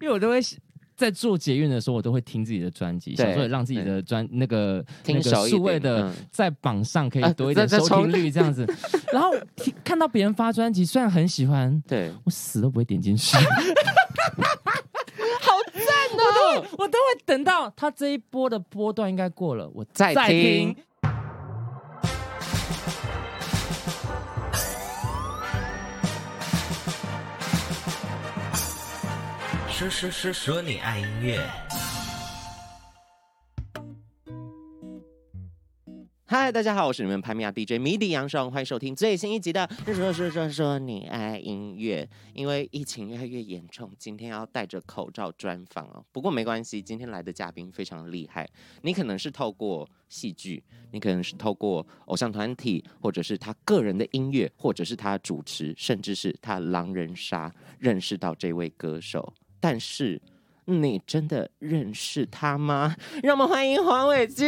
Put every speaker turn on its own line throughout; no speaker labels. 因为我都会在做捷运的时候，我都会听自己的专辑，
对
想说让自己的专那个
听
那
熟
个
一
数位
点
的
嗯
在榜上可
啊
以多一点
再
收
再
听
冲
率这 样子。然后听看到别人发专辑，虽然很喜欢，
对，
我死都不会点进 去。好赞哦！我都会，我都会等到他这一波的波段应该过了，我
再
再
听
听。
说说说说你爱音乐。
嗨，大家好，我是你们潘米亚 DJ MIDI 杨爽，欢迎收听最新一集的《说说说说你爱音乐》。因为疫情越来越严重，今天要戴着口罩专访哦。不过没关系，今天来的嘉宾非常厉害，你可能是透过戏剧，你可能是透过偶像团体，或者是他个人的音乐，或者是他主持，甚至是他狼人杀认识到这位歌手。但是你真的认识他吗？让我们欢迎黄伟晋。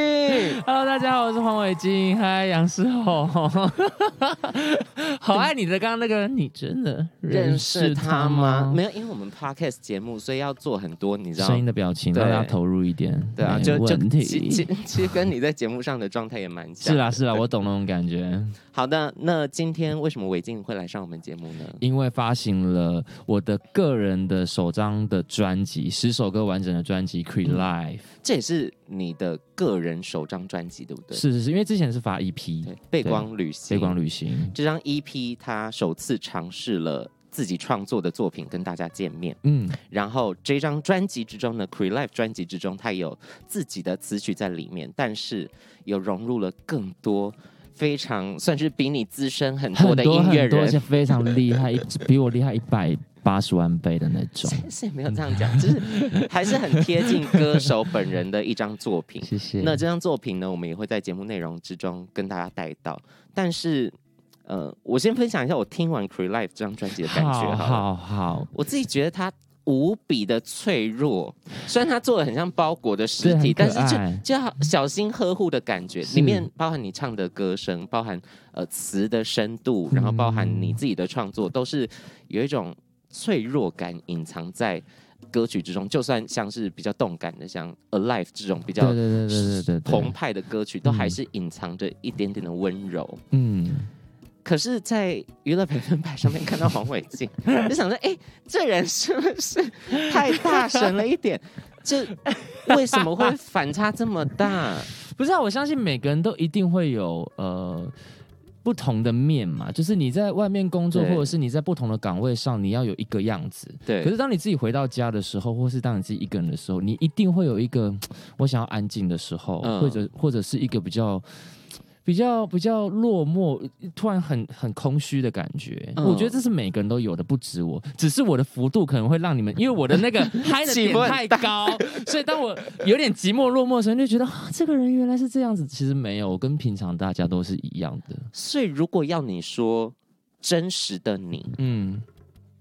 Hello，大家好，我是黄伟金，嗨，杨世宏，好爱你的刚刚那个，你真的
认识他吗？
没
没有，因为我们 podcast 节目，所以要做很多，你知道
声音的表情，
对
让大家投入一点，
对啊，
没
就就
问
其 其
题。
其实跟你在节目上的状态也蛮
是
像。
啦是啦，我懂那种感觉，
好的，那今天为什么韦静会来上我们节目呢？
因为发行了我的个人的首张的专辑，十首歌完整的专辑《Cre
嗯
Life》，
这也是你的个人首张专辑，对不对？
是是是，因为之前是发 EP《
对，背光旅行，
背光旅行》，
这张 EP，他首次尝试了。自己创作的作品跟大家见面，
嗯，
然后这张专辑之中呢，《Cre Life》专辑之中，它有自己的词曲在里面，但是有融入了更多非常算是比你资深很多
很
的
多
音乐
很多，而
人
且。非常厉 害，一比我厉害一百八十万倍的那种。
是没有这样讲， 就是还是很贴近歌手本人的一张作品。
谢谢。
那这张作品呢，我们也会在节目内容之中跟大家带到。但是，呃，我先分享一下我听完《Cre Life》这张专辑的感觉好了
好好好，
我自己觉得它无比的脆弱，虽然它做的很像包裹的实体，
对
但
很可
是
爱
就就要小心呵护的感觉，
是
里面包含你唱的歌声，包含呃词的深度，然后包含你
嗯
自己的创作，都是有一种脆弱感隐藏在歌曲之中。就算像是比较动感的，像《Alive》这种比
对
较
对嗯对对对对，对
澎，湃的歌曲，都还是隐藏着一点点的温柔。
嗯，
可是，在娱乐百分百上面看到黄伟 晋，就想说，哎、这人是不是太大神了一 点？这为什么会反差这么大？
不是啊，我相信每个人都一定会有呃。不同的面嘛，就是你在外面工作，
对
或者是你在不同的岗位上，你要有一个样子。可
对
是当你自己回到家的时候，或是当你自己一个人的时候，你一定会有一个嘖我想要安静的时候，
嗯
或者或者是一个比较嘖比较比较落寞，突然很很空虚的感觉。
嗯
我觉得这是每个人都有的，不止我，只是我的幅度可能会让你们，因为我的那 个嗨的
起
点
伏很
太高， 所以当我有点寂寞落寞的时候，你就觉得啊，这个人原来是这样子。其实没有，我跟平常大家都是一样的。
所以如果要你说真实的你，
嗯。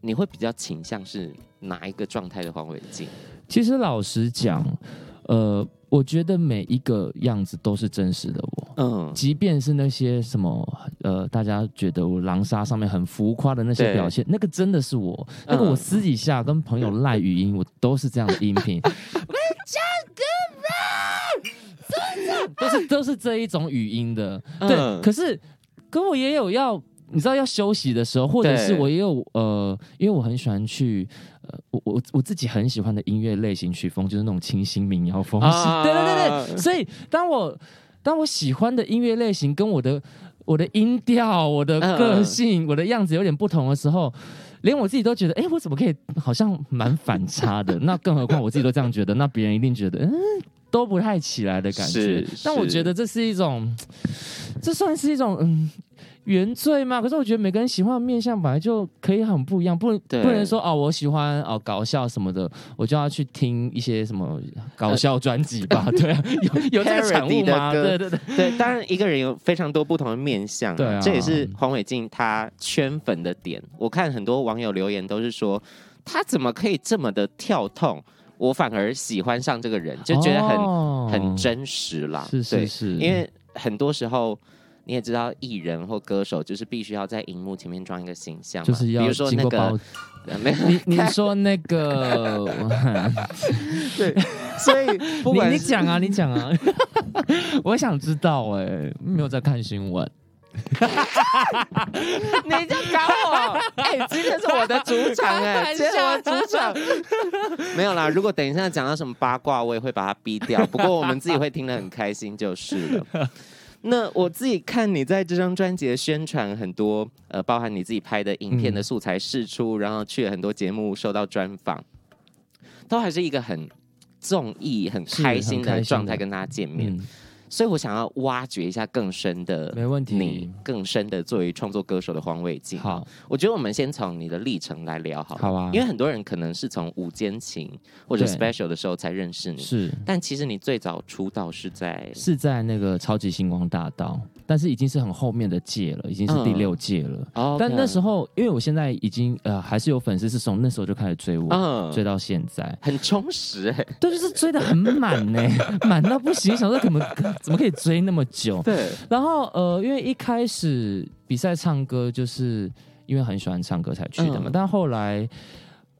你会比较倾向是哪一个状态的黄伟晋？
其实老实讲，呃，我觉得每一个样子都是真实的我，
嗯，
即便是那些什么呃，大家觉得我狼杀上面很浮夸的那些
对
表现，那个真的是我，那个
嗯
我私底下跟朋友赖语音，我都是这样的音 频。都是都是这一种语音的，对。
嗯
可是，可我也有要，你知道要休息的时候，或者是
对
我也有呃，因为我很喜欢去呃，我我我自己很喜欢的音乐类型曲风就是那种清新民谣风，
啊
对对对对。所以当我当我喜欢的音乐类型跟我的我的音调、我的个
嗯
性、我的样子有点不同的时候。连我自己都觉得，哎、我怎么可以好像蛮反差 的？那更何况我自己都这样觉得，那别人一定觉得，嗯，都不太起来的感觉
是。
但我
是
觉得这是一种，这算是一种嗯原罪吗？可是我觉得每个人喜欢的面相本来就可以很不一样，不能
对
不能说哦，我喜欢哦搞笑什么的，我就要去听一些什么搞笑专辑 吧？对啊，有有这个产
呃 Parody
物
的
吗？对
歌
对对，
对，当然一个人有非常多不同的面相、
对啊
这也是黄伟晋他圈粉的点。我看很多网友留言都是说，他怎么可以这么的跳痛？我反而喜欢上这个人，就觉得很、
哦
很真实啦。
是
对
是是，
因为很多时候你也知道，艺人或歌手就是必须要在荧幕前面装一个形象嘛，
就是
比
要
如说
经
那
过
个
包。
呃没有，
你你说那个，
对，所以 不
你
管
你
是
讲啊，你讲 啊，我想知道哎、没有在看新闻，
你就搞 我！哎、今天是我的主场哎、今天是我的主场。 没有啦，如果等一下讲到什么八卦，我也会把它逼 掉。不过我们自己会听得很开心就是 了。那我自己看你在这张专辑的宣传，很多呃，包含你自己拍的影片的
嗯
素材试出，然后去很多节目受到专访，都还是一个很综艺、很
是
开心
很开
的
心
状态
的
跟大家见面。
嗯，
所以我想要挖掘一下更深的
没问题
你更深的作为创作歌手的黄伟晋。
好，
我觉得我们先从你的历程来聊好了，
好啊
因为很多人可能是从《午间情》或者
对
Special 的时候才认识你，
是
但其实你最早出道是在
是在那个超级星光大道，但是已经是很后面的届了，已经是第
嗯
六届了。
哦
但那时
候，
候，因为我现在已经呃还是有粉丝是从那时候就开始追我，
嗯
追到现在，
很充实哎、
啊 对，就是追的很满 呢、满到不行，想说怎么怎么可以追那么久？
对，
然后呃，因为一开始比赛唱歌，就是因为很喜欢唱歌才去的嘛，
嗯
但后来。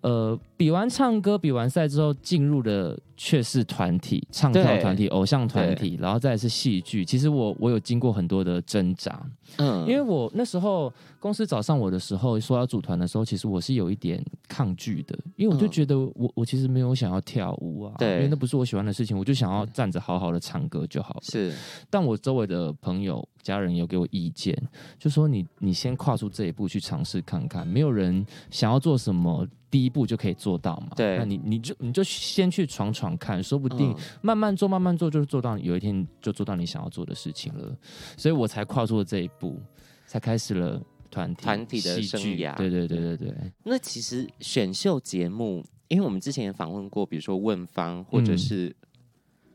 呃，比完唱歌、比完赛之后，进入的却是团体、唱跳
对
团体、偶像团体，然后再来是戏剧。其实我我有经过很多的挣扎，
嗯
因为我那时候公司找上我的时候，说要组团的时候，其实我是有一点抗拒的，因为我就
嗯
觉得我我其实没有想要跳舞啊，
对嗯
因为那不是我喜欢的事情，我就想要站着好好的唱歌就好了。
是
但我周围的朋友、家人有给我意见，就说你你先跨出这一步去尝试看看，没有人想要做什么，第一步就可以做到嘛。
对
那你你就你就先去闯闯看，说不定
嗯
慢慢做，慢慢做，就是做到有一天就做到你想要做的事情了。所以我才跨出了这一步，才开始了团体
团体的
戏
生
剧
涯
对对对对对，
那其实选秀节目，因为我们之前也访问过，比如说问方或者
嗯
是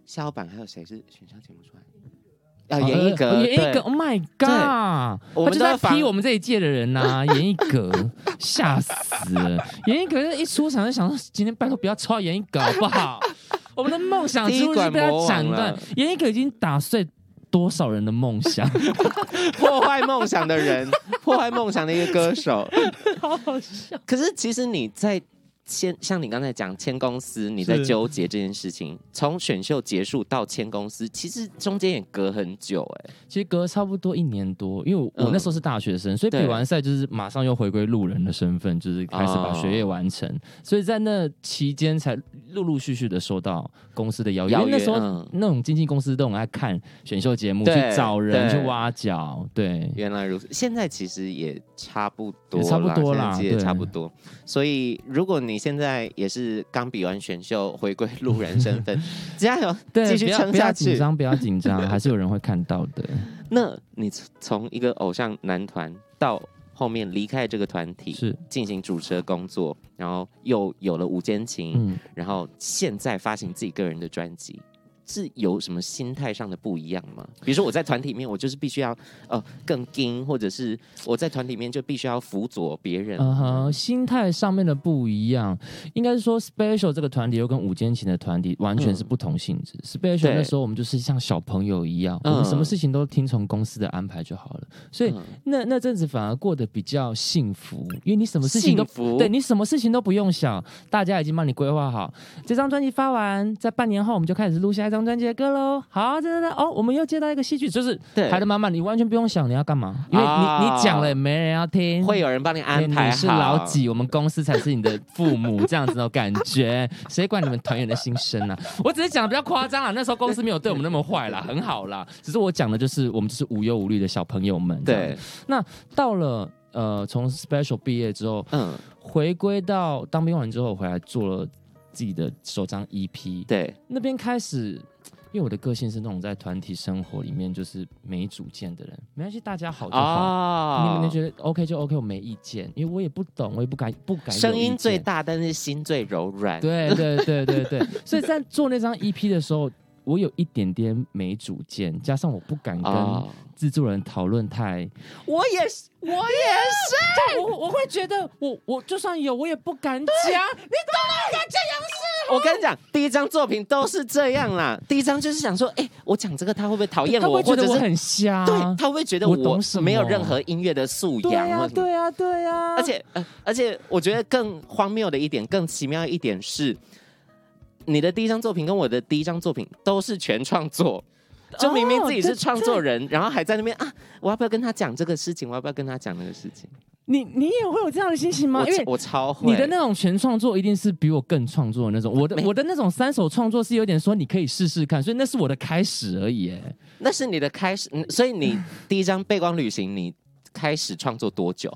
肖版，还有谁是选秀节目出来的？啊，
哦
严艺格，
呃严艺
对
格，Oh my God！
我们
他就
都
在
防
批我们这一届的人呐、严艺格 吓死了。严艺格一出场就想说，今天拜托不要抄严艺格好不 好？我们的梦想之路就被他斩
踢馆魔王
断
了。
严艺格已经打碎多少人的梦想，
破坏梦想 的人，破坏梦想的一个歌手。
好好笑。
可是其实你在签，像你刚才讲签公司，你在
是
纠结这件事情，从选秀结束到签公司，其实中间也隔很久哎、
其实隔了差不多一年多，因为我我
嗯
那时候是大学生，所以比
对
完赛就是马上又回归路人的身份，就是开始把
哦
学业完成。所以在那期间才陆陆续续的收到公司的邀约，
邀
哦因为那
约
时候
嗯
那种经纪公司都很爱看选秀节目，去
对
找人
对
去挖角，对。
原来如此，现在其实也差不多
也差不多啦
啦，现在其实也
对
差不多。所以如果你现在也是刚比完选秀，回归路人身 份，加油，
对，
继续
不要
撑
不要
下
紧
去。
张，不要紧张，还是有人会看到 的。
那你从从一个偶像男团到后面离开这个团体，
是，
进行主持的工作，然后又有了《午间情》
嗯，
然后现在发行自己个人的专辑，是有什么心态上的不一样吗？比如说我在团体里面，我就是必须要呃更硬，或者是我在团体里面就必须要辅佐别人。
嗯哼，心态上面的不一样，应该是说 Special 这个团体又跟五间琴的团体完全是不同性质。Special
嗯对
那时候我们就是像小朋友一样，
嗯
我们什么事情都听从公司的安排就好了。所以
嗯
那那阵子反而过得比较幸福，因为你什么事情都
幸福
对你什么事情都不用想，大家已经帮你规划好。这张专辑发完，在半年后我们就开始录下一张专辑的歌喽。好，真的哦，我们又接到一个戏剧，就是
对
排的满满，你完全不用想你要干嘛，因为你、
啊
你讲了也没人要听，
会有人帮你安
因为
排
你
好。
是老几，我们公司才是你的父母，这样子的感觉，谁管你们团员的心声啊？我只是讲的比较夸张啦，啊那时候公司没有对我们那么坏啦，很好啦。只是我讲的就是我们就是无忧无虑的小朋友们。
对，，
到了呃，从 special 毕业之后，
嗯，
回归到当兵完之后，回来做了自己的首张 EP，
对，
那边开始。因为我的个性是那种在团体生活里面就是没主见的人，没关系，大家好就好。你
哦
们能觉得 OK 就 OK，我没意见，因为我也不懂，我也不敢不敢有
声
意
音
见
最。大，但是心最柔软。
对对对对对，所以在做那张 EP 的时候，我有一点点没主见，加上我不敢跟
哦，
制作人讨论太，
我也是，我也
就我我会觉得我我就算有我也不敢讲，你懂得我讲这样
我跟你讲，第一张作品都是这样啦。第一张就是想说，哎、我讲这个他会不会讨厌
他
我，
会觉
或者
得我
是
很瞎，
对，他会不会觉得
我
我
懂什
没有
么
任何音乐的素
对
养
呀、
或什么
对呀、啊对呀、
而且、呃而且我觉得更荒谬的一点，更奇妙一点是，你的第一张作品跟我的第一张作品都是全创作。就明明自己
哦
是
对
创作人，然后还在那边啊！我要不要跟他讲这个事情？我要不要跟他讲那个事情？
你你也会有这样的心情吗？
我
因为
我超会
你的那种全创作一定是比我更创作的那种，我的
没
我的那种三手创作是有点说你可以试试看，所以那是我的开始而已。哎，
那是你的开始，嗯所以 你第一张背光旅行，你开始创作多久？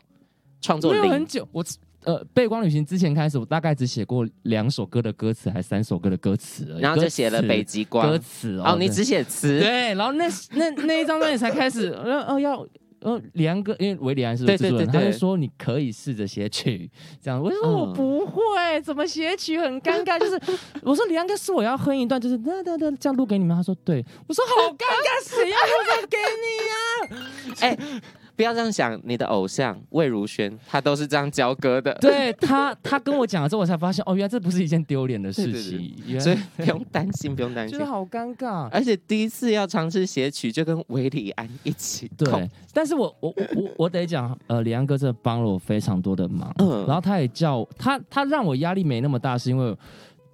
创作
没有
零
很久，我呃背光旅行之前开始，我大概只写过两首歌的歌词，还三首歌的歌词而已，
然后就写了
歌词
北极
歌
光。
词哦
哦，你
对
只写词，
对，然后那那那一张专辑才开 始，呃哦要。呃，李安哥，因为维里安是
对
制作
对
人，
对
他
对
就说你可以试着写曲，这样。我就说
嗯
我不会，怎么写曲很尴尬。就是我说李安哥是我要哼一段，就是那那那这样录给你们。他说对，我说好尴尬，谁要录这个给你啊呀、
哎，不要这样想。你的偶像魏如萱，她都是这样教歌的，
对他，他跟我讲了之后，我才发现哦，原来这不是一件丢脸的事情，原
所以
来
不用担心，不用担
觉
心
得。好尴尬。
而且第一次要尝试写曲，就跟维里安一起共
对，但是我我我我我得讲，呃，李安哥真的帮了我非常多的忙，
嗯
然后他也叫我他他让我压力没那么大，是因为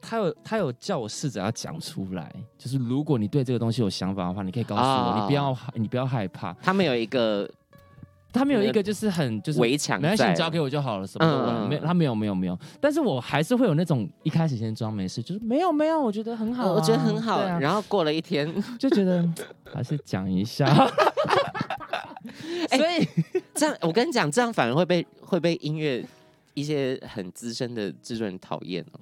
他有他有叫我试着要讲出来，就是如果你对这个东西有想法的话，你可以告诉我，
啊
你不要你不要害怕。
他们有一个
他没有一个就是很就是
围墙
没关系，
在
你交给我就好了，什么都
嗯嗯嗯
没有他没有没有没有，但是我还是会有那种一开始先装没事，就是没有没有，我觉得很好啊、
哦我我觉得很好。
对啊
然后过了一天，
就觉得还是讲一下， 所以。
哎这样我跟你讲，这样反而会被会被音乐一些很资深的制作人讨厌哦。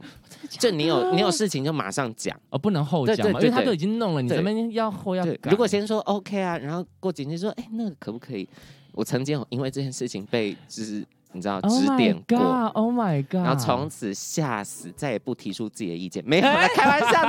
就你有你有事情就马上讲，
哦，不能后讲
对对
嘛，
对
因为他
对
都已经弄了，你
对
这边要后要
对，
改。
如果先说 OK 啊，然后过几天就说哎、那个可不可以？我曾经有因为这件事情被就是你知道
Oh
指
my
点过。
，God，Oh my God，
然后从此吓死，再也不提出自己的意见。没有啦，开玩笑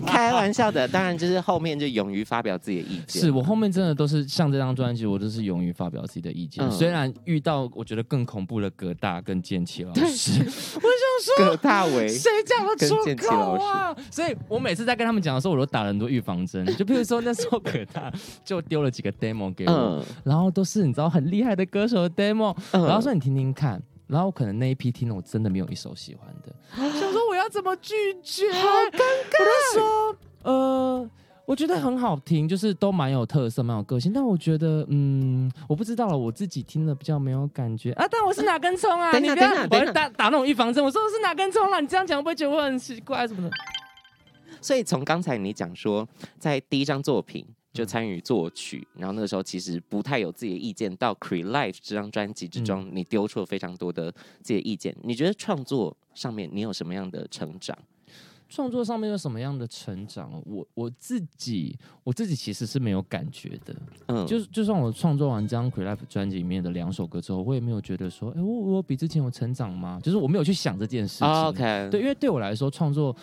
的，开玩笑的。当然就是后面就勇于发表自己的意见。
是我后面真的都是像这张专辑，我都是勇于发表自己的意见，
嗯
虽然遇到我觉得更恐怖的葛大跟剑奇老师，
葛大为，
谁讲得
跟剑
出
奇
口
老
啊？所以我每次在跟他们讲的时候，我都打了很多预防针。就比如说那时候葛大就丢了几个 demo 给我，
嗯
然后都是你知道很厉害的歌手的 demo，、
嗯
然后说你听听看，然后可能那一批听了我真的没有一首喜欢的， 想说我要怎么拒绝？好尴尬。我就说，呃，我觉得很好听，就是都蛮有特色，蛮有个性，但我觉得，嗯，我不知道了，我自己听了比较没有感觉啊。但我是哪根葱啊？
等一
你
下
不要，
等一下
我
等一
还
下
打打那种预防针，我说我是哪根葱啊了？你这样讲会不会觉得我很奇怪什么的？
所以从刚才你讲说，在第一张作品就
嗯
参与作曲，然后那个时候其实不太有自己的意见。到《Cre Life》这张专辑之
嗯
中，你丢出了非常多的自己的意见。你觉得创作上面你有什么样的成长？
创作上面有什么样的成长？我我自己我自己其实是没有感觉的，
嗯，
就就算我创作完这张《c r e Life》专辑里面的两首歌之后，我也没有觉得说，哎、我我有比之前有成长吗？就是我没有去想这件事情。
哦 OK，
对，因为对我来说，创作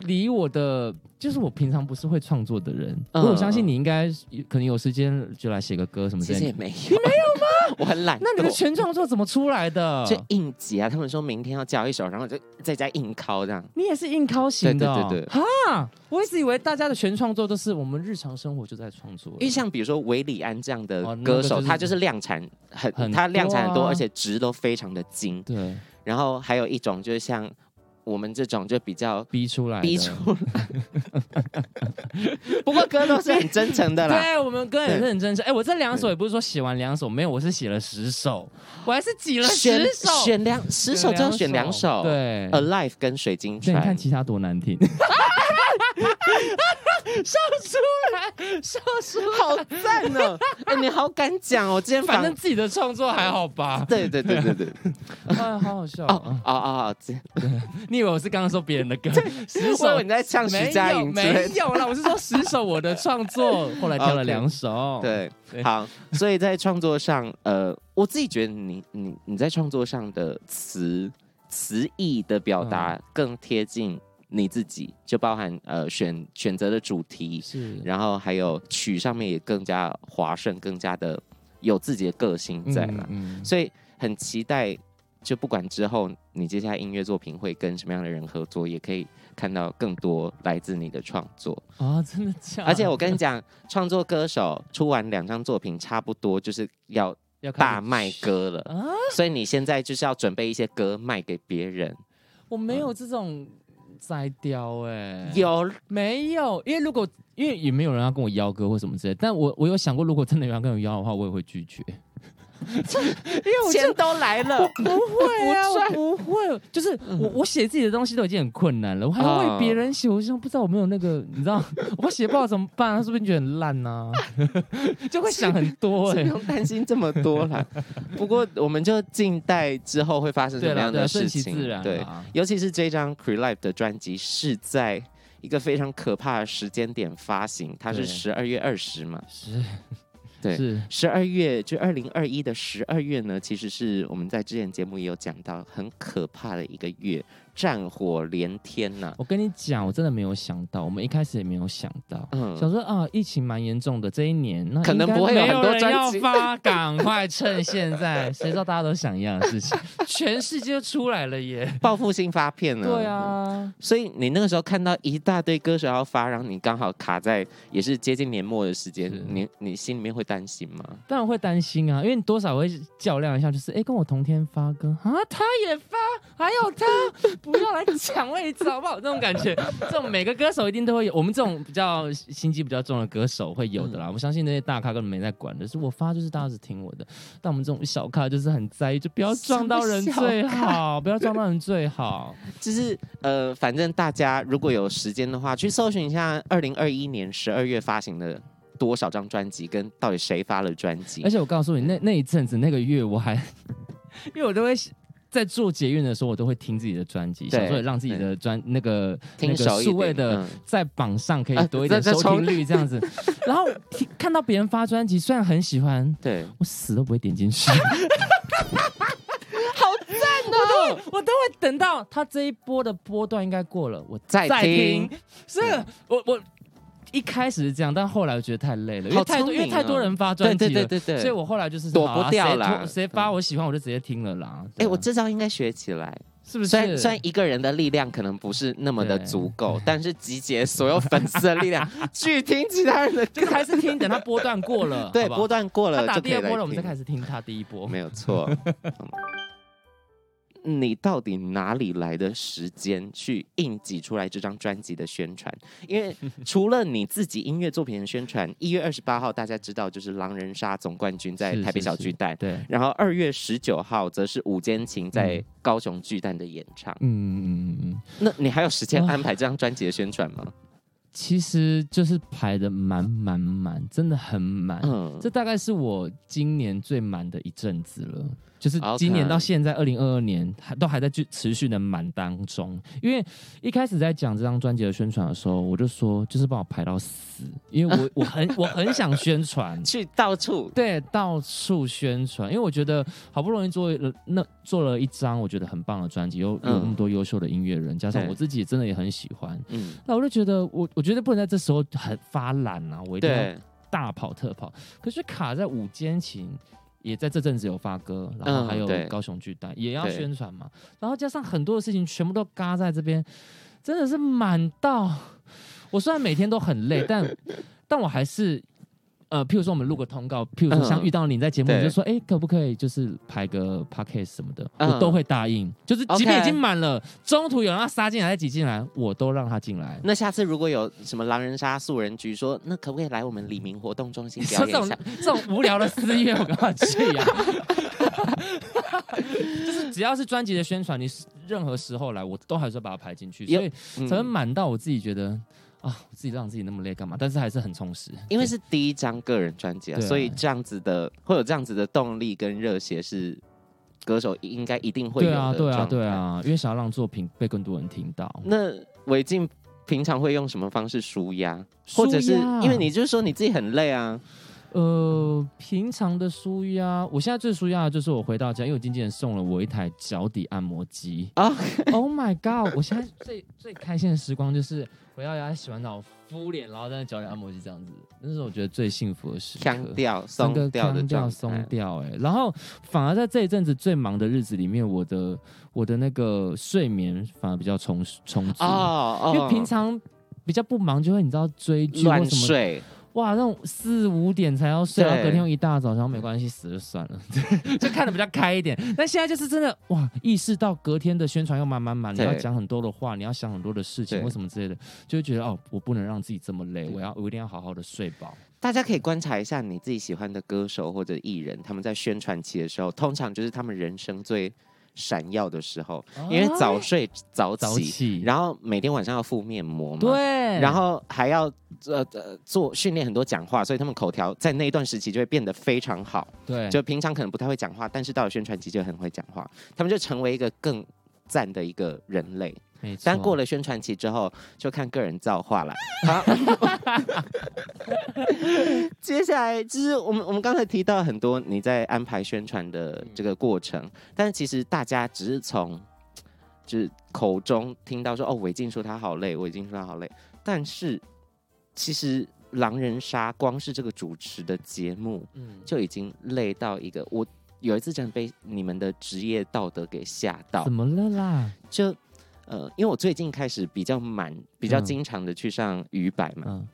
离我的就是我平常不是会创作的人，
嗯
我相信你应该可能有时间就来写个歌什么之
其
类
实也
的。
没有，你没有吗？ 我很懒惰，
那你的全创作怎么出来的？
就硬挤啊！他们说明天要交一首，然后就在家硬敲这样。
你也是硬靠型的、哦，
对对对
哈！我一直以为大家的全创作都是我们日常生活就在创作了，
因为像比如说维里安这样的
哦那个
歌手，
就是
他就是量产很，
很
他量产很多，
多啊
而且值都非常的精。
对
然后还有一种就是像我们这种就比较
逼出来的，
逼出来， 不过歌都是很真诚的啦。
对我们歌也是很真实。哎、我这两首也不是说写完两首，没有，我是写了十首，我还是挤了
选
啊十首，
选两十首就要选两首，呃
对。
，Alive 跟水晶
所以你看
船。
其他多难 听，笑出来，笑出来。
好赞 哦！哎，你好敢讲哦！今天
反
反，
正自己的创作还好吧
对对对对对，
哎，好好笑
哦
哦！
哦哦，这
你以为我是刚刚说别人的歌？十
我以
首
为你在唱徐
没
佳
有
莹之类的
没有啦，我是说十首我的创作，后来挑了
OK
两 首。，
哦对，
哦对
好，所以在创作上，呃，我自己觉得你你你在创作上的词词意的表达更贴近你自己，就包含呃选选择的主题，
是
然后还有曲上面也更加滑顺，更加的有自己的个性在啦，
嗯嗯
所以很期待。就不管之后你接下来音乐作品会跟什么样的人合作，也可以看到更多来自你的创作。
啊、真的假的？
而且我跟你讲，创作歌手出完两张作品，差不多就是要
要开始
大卖歌了，
啊，
所以你现在就是要准备一些歌卖给别人。
我没有这种摘雕哎、
有
没有？因为如果因为也没有人要跟我邀歌或什么之类，但我我有想过，如果真的有人要跟我邀的话，我也会拒绝。因 为我就
钱都来了，
不会啊，
不
我
赚
不会，就是我我写自己的东西都已经很困难了，我还要为别人写，我想不知道我没有那个，你知道，我写不好怎么办？他是不是觉得很烂呢、 就会想很多
是
哎、
不用担心这么 多啦。不过我们就静待之后会发生什
对
么
啦
样
对啦，
的
顺
事
其
情。
自然啊
对，
啦。
尤其是这张《Cre Life》的专辑是在一个非常可怕的时间点发行，它是
对
十二月二十嘛。
是，
对
是
十二月就二零二一的十二月呢，其实是我们在之前节目也有讲到，很可怕的一个月，战火连天呐、
我跟你讲，我真的没有想到，我们一开始也没有想到。想
嗯，
说啊，疫情蛮严重的，这一年那
可能
应该
不会有
没
很多
人
专
要
辑
发，赶快趁现在，谁知道大家都想一样的事 情，全世界都出来了耶！
报复性发片呢、
对，啊，
所以你那个时候看到一大堆歌手要发，然后你刚好卡在也是接近年末的时间
是，
你你心里面会担心吗？
当然会担心啊，因为你多少会较量一下，就是哎、诶跟我同天发歌啊，他也发，还有他， 不要来抢位置好不好？这种感觉， 这种每个歌手一定都会有，我们这种比较心机比较重的歌手会有的啦。我相信那些大咖根本没在管的，是我发就是大家只听我的，但我们这种小咖就是很在意，就不要撞到人最好，不要撞到人最好。
就是呃，反正大家如果有时间的话，去搜寻一下二零二一年十二月发行的多少张专辑，跟到底谁发了专辑
而。且我告诉你，那那一阵子那个月，我还 因为我都会在做捷运的时候，我都会听自己的专辑，
对
想说让自己的专那个
听
那
熟
个
一点
数位的
嗯
在榜上可
啊
以多一点
再
收
再冲
听率这 样子。然后听看到别人发专辑，虽然很喜欢，
对，
我死都不会点进去。好赞哦！我都会，我都会等到他这一波的波段应该过了，我
再听。嗯
所以我我一开始是这样，但后来我觉得太累了，因为
好
太多，
聪
因
明
为太多
哦
人发专
对
辑
对
了，
对对对，
所以我后来就是
躲
好啊
不掉啦嗯
谁谁发我喜欢我就直接听了啦。
哎、
对啊
我这招应该学起来。
是不是？
虽然虽然一个人的力量可能不是那么的
对
足够，但是集结所有粉丝的力量，去听其他人的歌
就是。还是听，等他波段过了，
对，
好不好
波段过
他
了
打
就可
第
以
二
来
波了，我们再
听
开始听他第一波。
没有错。嗯你到底哪里来的时间去硬挤出来这张专辑的宣传？因为除了你自己音乐作品的宣传，一月二十八号大家知道就是狼人杀总冠军在
是
台北
是
小
是
巨蛋，
对，
然后二月十九号则是午间情在
嗯
高雄巨蛋的演唱。
嗯嗯嗯嗯，
那你还有时间
哇
安排这张专辑的宣传吗？
其实就是排的满满满，真的很满。
嗯，
这大概是我今年最满的一阵子了，就是今
OK
年到现在二零二二年还都还在去持续的满当中。因为一开始在讲这张专辑的宣传的时候，我就说就是帮我排到死，因为我 我很我很想宣传。
去到处
对，到处宣传，因为我觉得好不容易做了那做了一张我觉得很棒的专辑，有有
嗯
那么多优秀的音乐人，加上
对
我自己真的也很喜欢，
嗯，
那我就觉得我我觉得不能在这时候很发懒啊，我一定要
对，
大跑特跑，可是卡在午间琴。也在这阵子有发歌，然后还有
嗯对
高雄巨蛋、也要
对
宣传嘛，然后加上很多的事情全部都嘎在这边，真的是满到我虽然每天都很 累，但但我还是呃，譬如说我们录个通告，譬如说像
嗯
遇到你在节目，
对
你就说哎、诶可不可以就是拍个 podcast 什么的，
嗯
我都会答应，就是即便
OK
已经满了中途有人要杀进来再挤进来，我都让他进来。
那下次如果有什么狼人杀、素人局，说那可不可以来我们李明活动中心
你
表
说这
演
种
一下？
这种无聊的私约，我干嘛去呀、 就是只要是专辑的宣传，你是任何时候来，我都还是要把它排进去，所以
嗯
才会满到我自己觉得啊，我自己让自己那么累干嘛？但是还是很充实，
因为是第一张个人专辑啊，
对啊
所以这样子的会有这样子的动力跟热血是歌手应该一定会有
对
的
啊，对啊，
状态
对。啊，因为想要让作品被更多人听到，
那韦静平常会用什么方式舒压，或者
舒
是
压
因为你就是说你自己很累啊，
呃，平常的舒压，我现在最舒压的就是我回到家，因为我经纪人送了我一台脚底按摩机。
啊
Oh my god！我现在最最开心的时光就是回到家洗完澡敷脸，然后在那脚底按摩机这样子，那是我觉得最幸福的时刻。
腔调
整
松
个
掉的
腔调
状
松
态，
掉哎、然后反而在这一阵子最忙的日子里面，我的我的那个睡眠反而比较充充足，
哦哦，
因为平常比较不忙，就会你知道追剧或
乱
什么，
睡，
哇，那种四五点才要睡，
对
然后隔天又一大早，然后没关系，死就算了， 就看得比较开一点。但现在就是真的哇，意识到隔天的宣传又满满满，你
对
要讲很多的话，你要想很多的事情
对
或什么之类的，就会觉得哦，我不能让自己这么累，我要我一定要好好的睡饱。
大家可以观察一下你自己喜欢的歌手或者艺人，他们在宣传期的时候，通常就是他们人生最闪耀的时候，因为早睡早
哦啊早
起，
起，
然后每天晚上要敷面膜嘛，
对，
然后还要呃呃做训练很多讲话，所以他们口条在那一段时期就会变得非常好。
对，
就平常可能不太会讲话，但是到了宣传期就很会讲话，他们就成为一个更赞的一个人类。
没错
但过了宣传期之后，就看个人造化了。好， 接下来就是我们我们刚才提到很多你在安排宣传的这个过程，但是其实大家只是从就是口中听到说哦，韦静说他好累，韦静说他好累，但是其实狼人杀光是这个主持的节目，
嗯，
就已经累到一个我。有一次真的被你们的职业道德给吓到，
怎么了啦？
就呃，因为我最近开始比较满，比较
嗯
经常的去上语百嘛，
嗯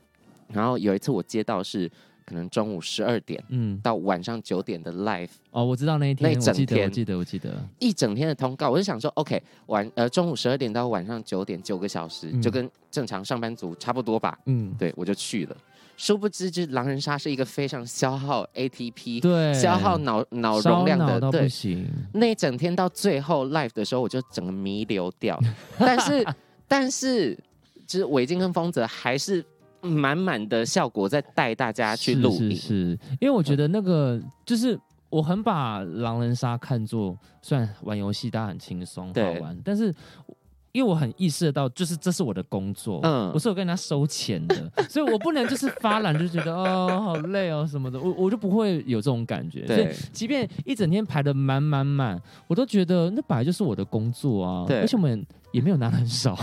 然后有一次我接到是可能中午十二点
嗯，
到晚上九点的 live，
哦，我知道那一天，
那一
我
整
记得，
天
我记得，我记得，
一整天的通告，我就想说，OK，晚呃中午十二点到晚上九点九个小时，
嗯
就跟正常上班族差不多吧，
嗯，
对我就去了。殊不知，这狼人杀是一个非常消耗 ATP、
对，
消耗脑脑容量
烧脑
的，
到
对
不，行，
那一整天到最后 live 的时候，我就整个弥留掉。 但是，但是，就是韦静跟丰泽还是满满的效果在带大家去录
是
影。嗯
是是，因为我觉得那个就是我很把狼人杀看作，虽然玩游戏大家很轻松好
对
玩，但是我。因为我很意识得到，就是这是我的工作，
嗯
我是有跟人家收钱的，所以我不能就是发懒就觉得哦好累哦什么的，我我就不会有这种感觉。所以
对
即便一整天排的满满满，我都觉得那本来就是我的工作啊。
对
而且我们也没有拿的很少。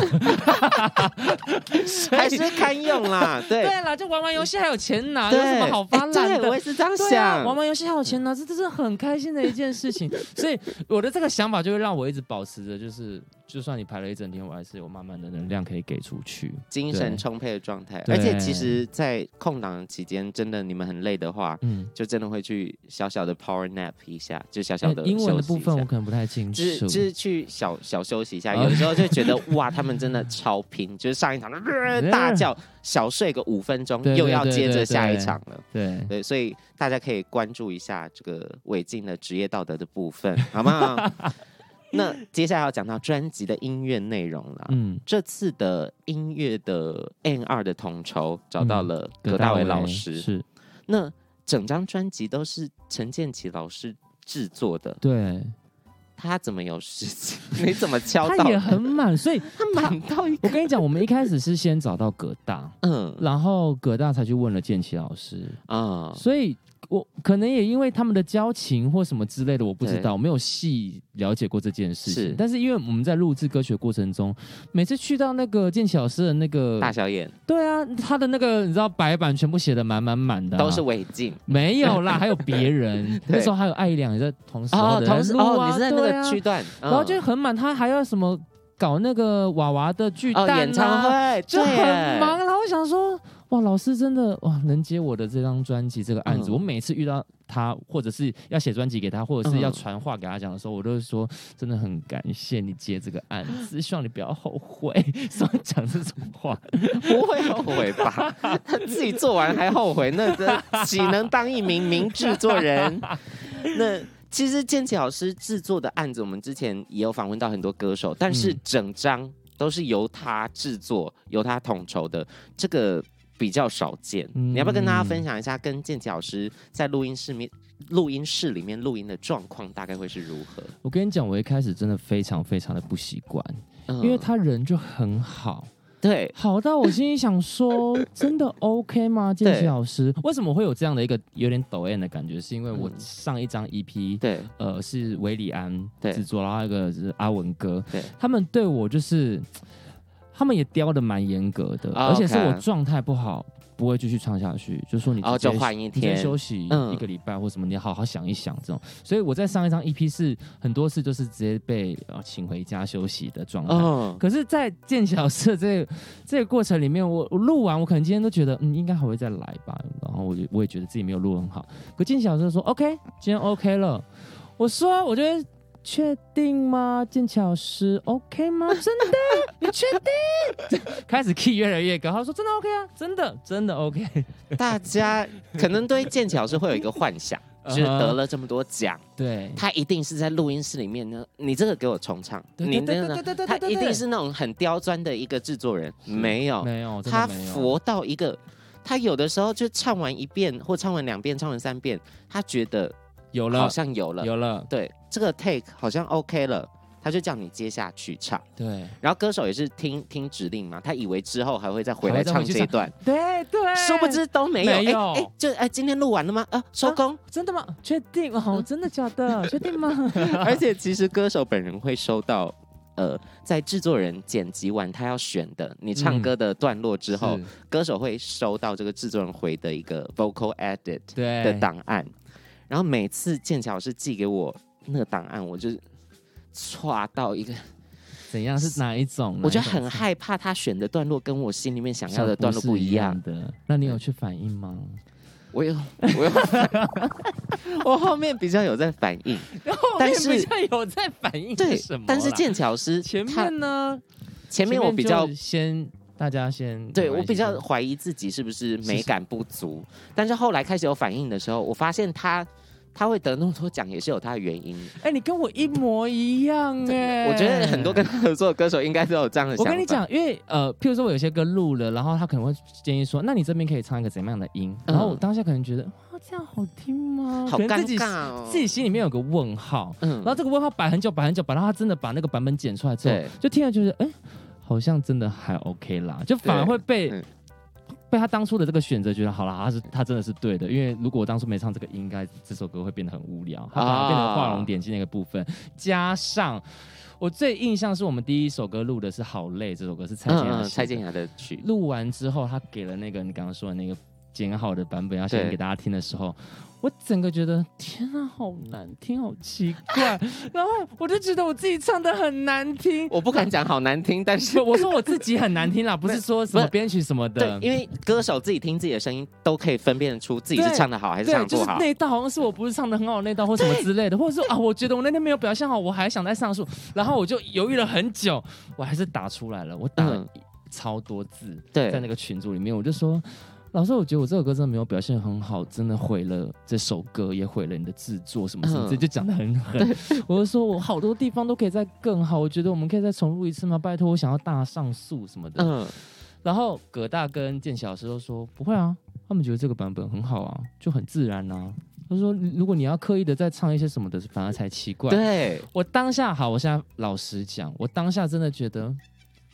还是堪用 啦。 对
对啦，就玩玩游戏还有钱拿，有
对，
什么好发
哎
烂
对，我
的？
也是这样
对啊，
想。
玩玩游戏还有钱拿，这这是很开心的一件事 情。所以我的这个想法就会让我一直保持着，就是就算你排了一整天，我还是有满满的能量可以给出去。
精神充沛的状态，
对
而且其实，在空档期间，真的你们很累的话，
嗯，
就真的会去小小的 power nap 一下，就小小的、
呃
休
英文的
息一
部分
下
我可能不太清楚
就。是就是去小小休息一下，
哦
有的时候就觉得 哇，他们真的超拼，就是上一场呃大叫，小睡个五分钟
对，对
又要接
对
着
对
下一
对
场了。
对，
对，所以大家可以关注一下这个违禁的职业道德的部分， 好 不好？那接下来要讲到专辑的音乐内容了。
嗯，
这次的音乐的 N 二的统筹找到
嗯
了葛大为老师，
是
那整张专辑都是陈建奇老师制作的，
对，
他怎么有事 情？你怎么敲到
他？也 很满，所以
他满到一个，
我跟你讲，我们一开始是先找到葛大，
嗯
然后葛大才去问了建奇老师，
啊，
所以我可能也因为他们的交情或什么之类的，我不知
对
道，我没有细了解过这件事情
是。
但是因为我们在录制歌曲的过程中，每次去到那个建奇老师的那个，
大小眼
对啊，他的那个你知道白板全部写的满满满的啊、
都是违禁，
没有啦，还有别人那时候还有艾良也在同时
哦，
的
同时
录啊
哦，你是在那
对
个
啊
区段，
然后
嗯
就很满，他还要什么搞那个娃娃的巨蛋、
哦
啊
演唱会，
就
对
很
耶
忙。，然后我想说，哇，老师真的哇，能接我的这张专辑这个案子，
嗯
我每次遇到他，或者是要写专辑给他，或者是
嗯
要传话给他讲的时候，我都会说，真的很感谢你接这个案子，希望你不要后悔。 说讲这种话，
不 会后悔吧？他自己做完还后悔，那 这岂能当一名名制作 人？那。其实建奇老师制作的案子，我们之前也有访问到很多歌手，但是
嗯
整张都是由他制作、由他统筹的，这个比较少见。
嗯
你要不要跟大家分享一下，跟建奇老师在录音室面、录音室里面录音的状况大概会是如何？
我跟你讲，我一开始真的非常非常的不习惯，
嗯
因为他人就很好。
对，
好到我心里想说，真的 OK 吗？建奇老师，为什么会有这样的一个有点抖 M 的感觉？是因为我
嗯
上一张 E EP，、
对，
呃，是维里安
对
制作，然后还有一个是阿文哥，
对
他们对我就是，他们也雕的蛮严格的，
啊
而且是
OK
我状态不好，不会继续唱下去，就说你
然后
直接
就换一
你先
天，
休息
嗯
一个礼拜或什么，你好好想一想这种。所以我在上一张 EP 是很多次就是直接被呃请回家休息的状态。
嗯，
可是，在见小社这个这个过程里面，我我录完，我可能今天都觉得，嗯，应该还会再来吧。然后我就我也觉得自己没有录很好。可见小社说，OK，今天 OK 了。我说，我觉得确定吗？剑桥师 OK 吗？真的？你确定？ 开始 key 越来越高。他说真的 OK 啊，真的真的 OK。
大家可能对剑桥是会有一个幻想，就是
嗯
得了这么多奖，
对，
他一定是在录音室里面呢。你这个给我重唱，
对
你
对
那
对
个
对对对
他
对对，
一定是那种很刁钻的一个制作人，没有，
没有，真的
他
没有
佛到一个，他有的时候就唱完一遍或唱完两遍、唱完三遍，他觉得
有
好
了，
像有了，
有了，
对，这个 take 好像 OK 了，他就叫你接下去唱。
对
然后歌手也是听听指令嘛，他以为之后还会再回
还
来
会再
唱
回去
这 一段，
对对，
殊不知都没有。
没有
哎哎就哎，今天录完了吗？啊，收工。
真的吗？确定哦，真的假 的？确定吗？
而且其实歌手本人会收到，呃，在制作人剪辑完他要选的你唱
嗯
歌的段落之后，
是
歌手会收到这个制作人回的一个 vocal edit
对
的档案，然后每次剑桥老师寄给我那个档案，我就是。歘到一个，
怎样是哪一种？
我觉得
哪一种
很害怕他选的段落跟我心里面想
像
要的段落不
不是
一
一
样。
的。那你有去反应吗？
我有，我有，我后面比较有在反应，但是
较有在反应
对
什么啦，
但是剑桥老师
前
他
面呢？
前面我比较
就先大家先
对
没
我
关系嗯
比较怀疑自己是不是美感不足，但是后来开始有反应的时候，我发现他他会得那么多奖也是有他的原因。
哎，你跟我一模一样哎，
我觉得很多跟他合作的歌手应该都有这样的想
我
法。
跟你，讲，因为呃，譬如说我有些歌录了，然后他可能会建议说，那你这边可以唱一个怎么样的音？
嗯
然后我当下可能觉得，哇，这样好听吗？
好
可能
尴
自己
尬哦，
自己心里面有个问号，
嗯
然后这个问号摆很久，摆很久，摆到他真的把那个版本剪出来之后
对，
就听了就是，哎、好像真的还 OK 啦，就反而
对
会被。
嗯
被他当初的这个选择，觉得好了，他是他真的是对的，因为如果我当初没唱这个，应该这首歌会变得很无聊，他反而变成画龙点睛的一个部分。加上我最印象是我们第一首歌录的是《好累》，这首歌是蔡健雅写
嗯
的
嗯，蔡健雅的曲，
录完之后，他给了那个你刚刚说的那个剪好的版本，要先
对
给大家听的时候，我整个觉得天啊，好难听，好奇 怪。然后我就觉得我自己唱的很难听，
我不敢讲好难听，但是
不，我说我自己很难听 啦，不是说什么编曲什么
对
的，，
因为歌手自己听自己的声音都可以分辨出自己是
对
唱的好还是
对，
唱
就
不
是
好。
那一道好像是我不是唱的很好的那一道或什么之类的，或者说啊，我觉得我那天没有表现好，我还想再上诉，然后我就犹豫了很久，我还是打出来了，我打了
嗯
超多字，
对
在那个群组里面，我就说。老师，我觉得我这首歌真的没有表现很好，真的毁了这首歌，也毁了你的制作什么什么之类，
嗯
这就讲的很狠。我就说我好多地方都可以再更好，我觉得我们可以再重录一次吗？拜托，我想要大上诉什么的。
嗯，
然后葛大跟建小老师都说不会啊，他们觉得这个版本很好啊，就很自然啊。他说如果你要刻意的再唱一些什么的，反而才奇怪。
对，
我当下好，我现在老实讲，我当下真的觉得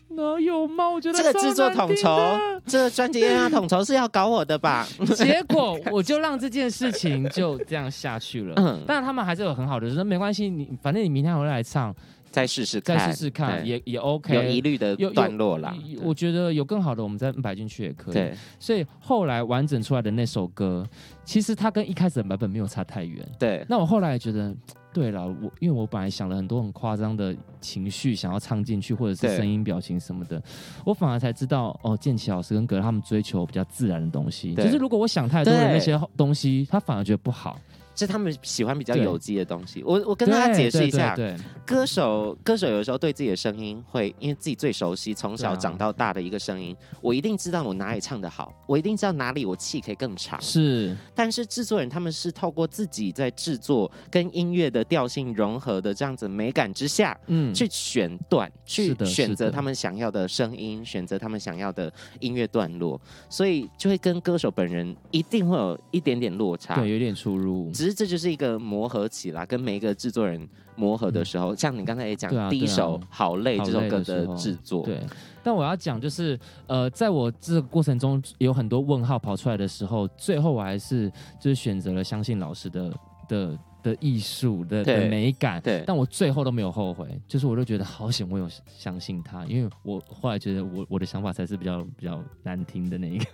哪有吗？我觉得
这个
超
制作
难
统
听
筹
的，
这个专辑让他统筹是要搞我 的吧？
结果我就让这件事情就这样下去了。
嗯
当然他们还是有很好的，就说没关系，你反正你明天还会来唱，
再试试看，
再试试看，
对
也也 OK。
有疑虑的
有有
段落啦。
我觉得有更好的，我们再摆进去也可以。
对
所以后来完整出来的那首歌，其实它跟一开始的版本没有差太远。
对
那我后来也觉得，对了，我因为我本来想了很多很夸张的情绪想要唱进去，或者
对
是声音、表情什么的，我反而才知道哦，建奇老师跟葛他们追求比较自然的东西。
对
就是如果我想太多的
对
那些东西，他反而觉得不好。
这是他们喜欢比较
对
有机的东西。我我跟大家解释一下，
对对对对
歌手歌手有时候对自己的声音会，因为自己最熟悉，从小
对啊
长到大的一个声音，我一定知道我哪里唱的好，我一定知道哪里我气可以更长。
是，
但是制作人他们是透过自己在制作跟音乐的调性融合的这样子美感之下，
嗯，
去选段，
是
去
的
选
是
择
的
他们想要的声音，选择他们想要的音乐段落，所以就会跟歌手本人一定会有一点点落差。
对有点出入。
只只是这就是一个磨合期啦，跟每一个制作人磨合的时候，像你刚才也讲，
嗯对啊
第一
对啊
首《好累》
好
这首
累
歌
的时
的
候
制作，
对，但我要讲就是，呃，在我这个过程中有很多问号跑出来的时候，最后我还是就是选择了相信老师的的的艺术的
对
的美感。
对
但我最后都没有后悔，就是我就觉得好险，我有相信他，因为我后来觉得我我的想法才是比较比较难听的那一个，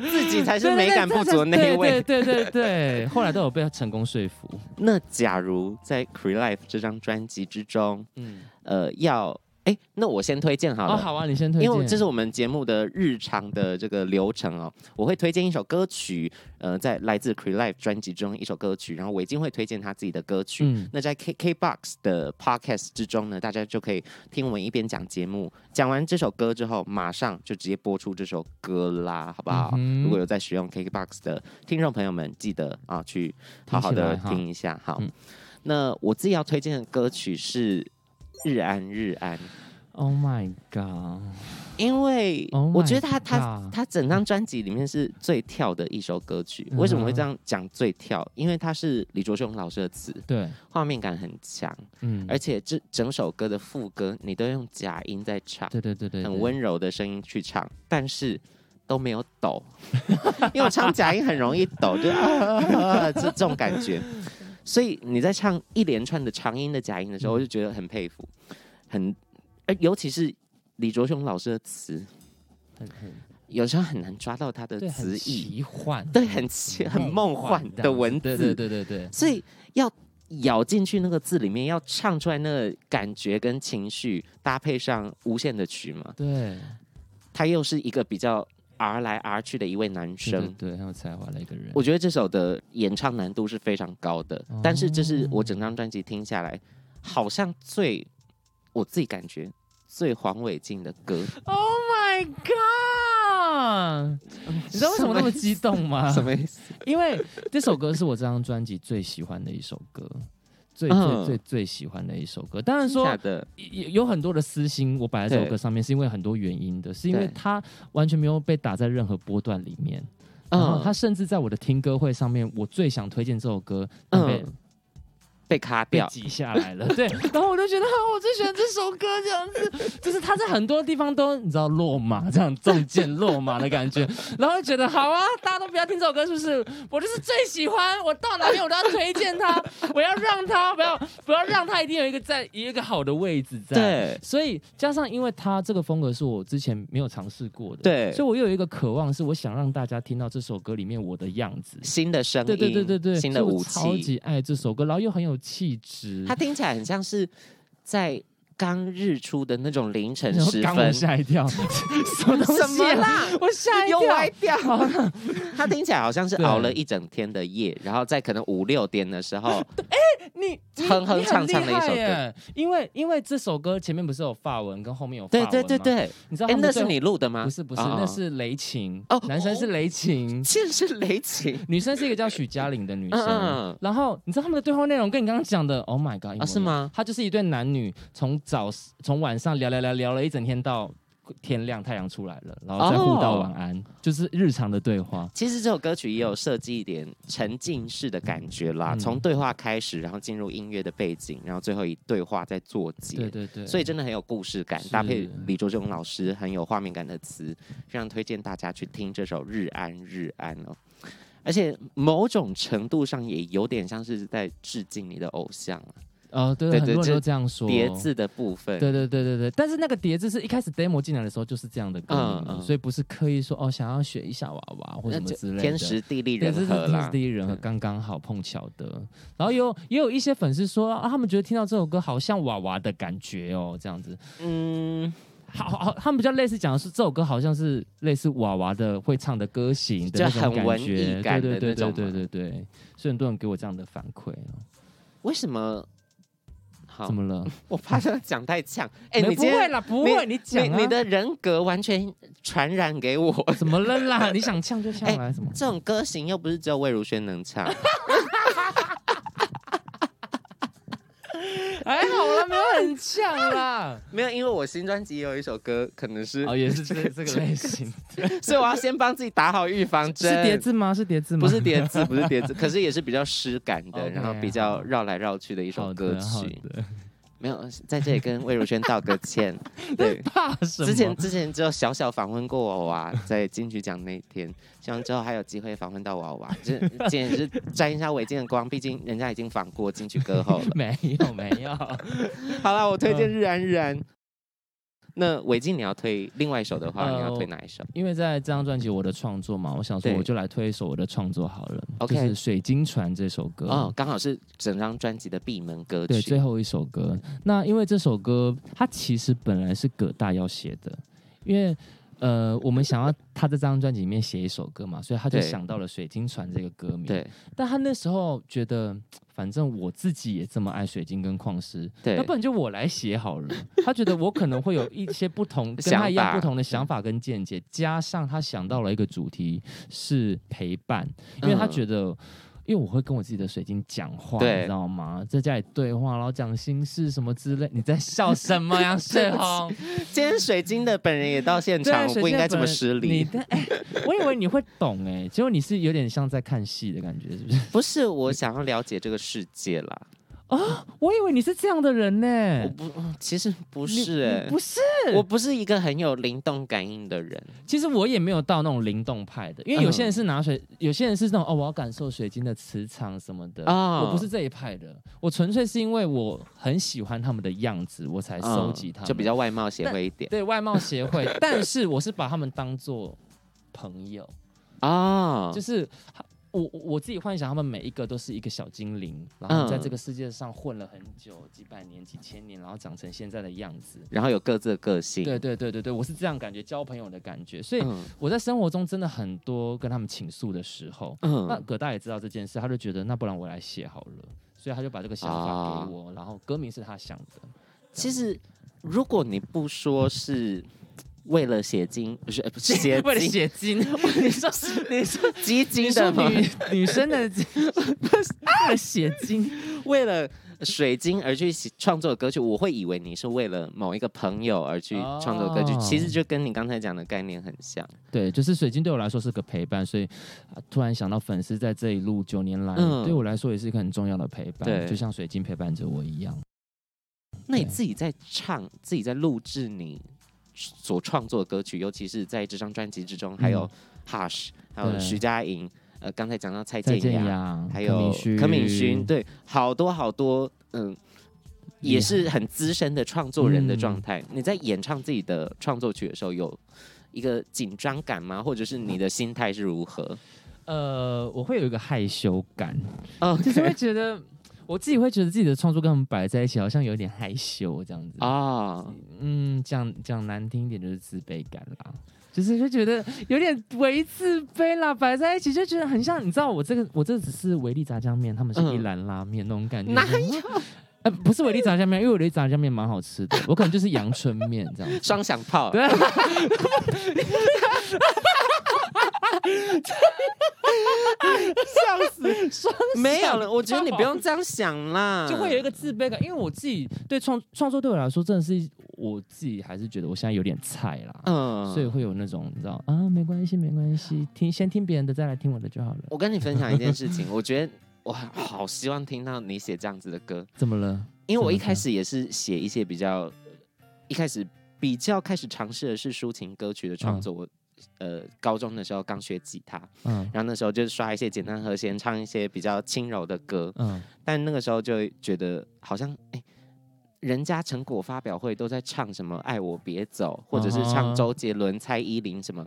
自己才是美感不足的那一位。
对对对对对，后来都有被他成功说服。
那假如在《Cre Life》这张专辑之中，
嗯，
呃，要哎，那我先推荐好了。
哦，好啊，你先推荐，
因为这是我们节目的日常的这个流程哦，我会推荐一首歌曲，呃，在来自《Cre Life》专辑中一首歌曲，然后维京会推荐他自己的歌曲。
嗯
那在 KKBOX 的 Podcast 之中呢，大家就可以听我们一边讲节目，讲完这首歌之后，马上就直接播出这首歌啦，好不好？
嗯哼
如果有在使用 KKBOX 的听众朋友们，记得啊去好好的
听起来哈
听一下。好，
嗯
那我自己要推荐的歌曲是《日安日安》。
，Oh my God，
因为
Oh
我觉
my
得他他
God
他整张专辑里面是最跳的一首歌曲。
嗯哼
为什么会这样讲最跳？因为它是李卓雄老师的词，
对，
画面感很强，
嗯，
而且这整首歌的副歌你都用假音在唱，
对对对对，
很
对
温柔的声音去唱，但是。都没有抖， 因为我唱假音很容易抖，就啊啊啊啊 这这种感觉。所以你在唱一连串的长音的假音的时候，
嗯
我就觉得很佩服，很，呃尤其是李卓雄老师的词，
很很
有时候很难抓到它的
对，很
词意，
奇幻，
对，很奇很梦幻
这
的
样子
文
对
字，
对对对对，
所以要咬进去那个字里面，要唱出来那个感觉跟情绪，搭配上无限的曲嘛，
对，
他又是一个比较 R 来 R 去的一位男
对对
生。
对，很有才华的一个人。
我觉得这首的演唱难度是非常高的，
哦
但是这是我整张专辑听下来，好像最我自己感觉最黄伟晋的歌。
Oh my God！你知道为什么那么激动吗？
什么意思？
因为这首歌是我这张专辑最喜欢的一首歌，最
嗯
最最最喜欢的一首歌。当然说
假的，
有有很多的私心，我摆在这首
对
歌上面是因为很多原因的，是因为
对
它完全没有被打在任何波段里面。
嗯
然后嗯它甚至在我的听歌会上面，我最想推荐这首歌，但被
嗯，被卡
被
掉，
挤下来了，对。 然后我就觉得，啊，我最喜欢这首歌，这样子，就是他在很多地方都你知道落马，这样中箭落马的感觉。然后就觉得好啊，大家都不要听这首歌，是不是？我就是最喜欢，我到哪边我都要推荐它，我要让它不要不要让它一定有一个在有一个好的位置在。
对
所以加上，因为他这个风格是我之前没有尝试过的，
对
所以我又有一个渴望，是我想让大家听到这首歌里面我的样子。
新的声音，
对对对对对，
新
所
的
以我
武
超
器，
级爱这首歌，然后又很有气质。
它听起来很像是在刚日出的那种凌晨
然后
时
刚我
分，
吓一 跳，什么东
什
西
么
啊？
啦？
我吓一
又
跳。
歪掉，它听起来好像是
对
熬了一整天的夜，然后在可能五六点的时 候，
你你
哼哼
你很
唱唱的一首歌
厉害耶，因为因为这首歌前面不是有法文，跟后面有法文
对
吗
对对，对，
你知道
哎
他，们
那
最
是你录的吗？
不是不是，
哦
那是雷琴
哦
男生是雷琴。
这是雷 琴
女生是一个叫许嘉玲的女
嗯嗯
生
嗯，
然后你知道他们的对话内容跟你刚刚讲的，Oh my god，一模一样
哦是吗？
他就是一对男女，从早从晚上聊聊聊聊了一整天到天亮，太阳出来了，然后再互道晚
哦
安，就是日常的对话。
其实这首歌曲也有设计一点沉浸式的感觉啦，
嗯
从对话开始，然后进入音乐的背景，然后最后以对话再做结，
对对对，
所以真的很有故事感，
是
搭配李卓雄老师很有画面感的词，非常推荐大家去听这首《日安日安》哦。而且某种程度上也有点像是在致敬你的偶像啊，
哦，对
对
对，很
对
多
这
人都这样说。
叠字的部分。
对对对对对，但是那个碟子是一开始 demo 进来的时候就是这样的歌名
嗯嗯
所以不是刻意说哦想要学一下娃娃或
那
什么
就
之类的。
天时地利
对
人
这是
和
天
啦
时，地利人和，
对
刚刚好碰巧的。然后也有也有一些粉丝说啊，他们觉得听到这首歌好像娃娃的感觉哦，这样子。
嗯，
好好，他们比较类似讲的是这首歌好像是类似娃娃的会唱的歌型的
就
那种
很文
感
艺
觉，
感
对
的
对对
那
对
种嘛
对对对，所以很多人给我这样的反馈哦。
为什么？好
怎，么了？
我怕这样讲 太呛。哎，
没
你
不
今
会
天
啦，不会，你讲
你
啊
你的人格完全传染给我，
怎么了啦？你想呛就呛
哎
来什么？
这种歌型又不是只有魏如萱能唱。
还好啦，没有很呛啦。
没有，因为我新专辑也有一首歌，可能是，
哦，也是这这个类型，
所以我要先帮自己打好预防针。
是叠字吗？是叠字吗？
不是叠字，不是叠字，可 是也是比较诗感的，
OK，
然后比较绕来绕去的一首
好
歌
的，好
曲。
的。
没有，在这里跟魏如萱道 个歉。对，
怕什么？
之前之前只有小小访问过我娃，在金曲奖那天，希望之后还有机会访问到我娃，这简直是沾一下违禁的光，毕竟人家已经访过金曲歌 后了。
没有没有，
好了，我推
嗯
荐日安日安。那违禁你要推另外一首的话，
呃
你要推哪一首？
因为在这张专辑我的创作嘛，我想说
对
我就来推一首我的创作好了
OK
就是《水晶船》这首歌。
哦，刚好是整张专辑的闭门歌
对，
曲
最。后一首歌。那因为这首歌它其实本来是葛大要写的，因为呃，我们想要他在这张专辑里面写一首歌嘛，所以他就
对
想到了《水晶船》这个歌名。，
对
但他那时候觉得，反正我自己也这么爱水晶跟矿石，
对
要不然就我来写好了。他觉得我可能会有一些不 同，跟他一
想
样
法嗯
不同的想法跟见解，加上他想到了一个主题是陪伴，因为他觉得。因为我会跟我自己的水晶讲话，
嗯对
你知道吗？在家里对话，然后讲心事什么之类。你在笑什么 呀，世宏？
今天水晶的本人也到现
对
场，我
水
不应
晶
该
的
这么
本
失
你
礼。
的、哎，我以为你会懂哎、结果你是有点像在看戏的感觉，是不是？
不是我想要了解这个世界啦，
我以为你是这样的人呢、
我不，其实不
你
是、
你
欸，
不是。
我不是一个很有灵动感应的人。
其实我也没有到那种灵动派的，因
嗯
为有些人是拿水，有些人是那种哦，我要感受水晶的磁场什么的。
啊
哦我不是这一派的，我纯粹是因为我很喜欢他们的样子，我才收集他们。
嗯啊就比较外貌协会一点
对外貌协 会，但是我是把他们当做朋友，
啊，
就是是我我我自己幻想他们每一个都是一个小精灵，然后
嗯
在这个世界上混了很久，几百年、几千年，然后长成现在的样子。
然后有各自的个性。
对对对对对，我是这样感觉，交朋友的感觉。所以
嗯
我在生活中真的很多跟他们倾诉的时候，那
嗯，
葛大也知道这件事，他就觉得那不然我来写好了，所以他就把这个想法
啊
给我，然后歌名是他想的。
其实如果你不说是为了写经，不是 呃不是 写
为了
经，
写经，你说你说
基 金
你说
的吗
女女生的 经，为了写经，
为了水晶而去写创作歌曲，我会以为你是为了某一个朋友而去创作歌曲，
哦
其实就跟你刚才讲的概念很像。
对，就是水晶对我来说是个陪伴，所以、啊突然想到粉丝在这一路九年来，
嗯
对我来说也是一个很重要的陪
对
伴，就像水晶陪伴着我一样。
那你
对
自己在唱，自己在录制你所创作的歌曲，尤其是在这张专辑之中，还有 Hush，、还有
对
徐佳莹，呃，刚才讲到蔡
再
健
见
雅，
呀，
还
柯
有
敏勋，
柯敏勋，对，好多好多，嗯。也
厉害
是很资深的创作人的
嗯
状态。你在演唱自己的创作曲的时候，有一个紧张感吗？或者是你的心态是如何？
呃，我会有一个害羞感，
哦，
就是会觉得我自己会觉得自己的创作跟他们摆在一起，好像有点害羞这样子。
啊，
嗯，讲讲难听一点就是自卑感啦，就是就觉得有点为自卑啦，摆在一起就觉得很像，你知道我这个我这只是维力炸酱面，他们是
嗯
一兰拉面、那种感觉。
哪
有？呃，不是维力炸酱面，因为维力炸酱面蛮好吃的，我可能就是阳春面这样子。
双响炮，
对， 啊
笑死，双没有了。我觉得你不用这样想啦，
就会有一个自卑感，因为我自己对创创作对我来说，真的是我自己还是觉得我现在有点菜啦。
嗯，
所以会有那种你知道啊，没关系，没关系，听先听别人的，再来听我的就好了。
我跟你分享一件事情，我觉得我好希望听到你写这样子的歌，
怎么了？
因为我一
怎么
开始也是写一些比较，一开始比较开始尝试的是抒情歌曲的创作。我呃，高中的时候刚学吉他，
嗯
然后那时候就是刷一些简单和弦，唱一些比较轻柔的歌，
嗯，
但那个时候就觉得好像哎。人家成果发表会都在唱什么“爱我别走”，或者是唱
啊
周杰伦、蔡依林什么，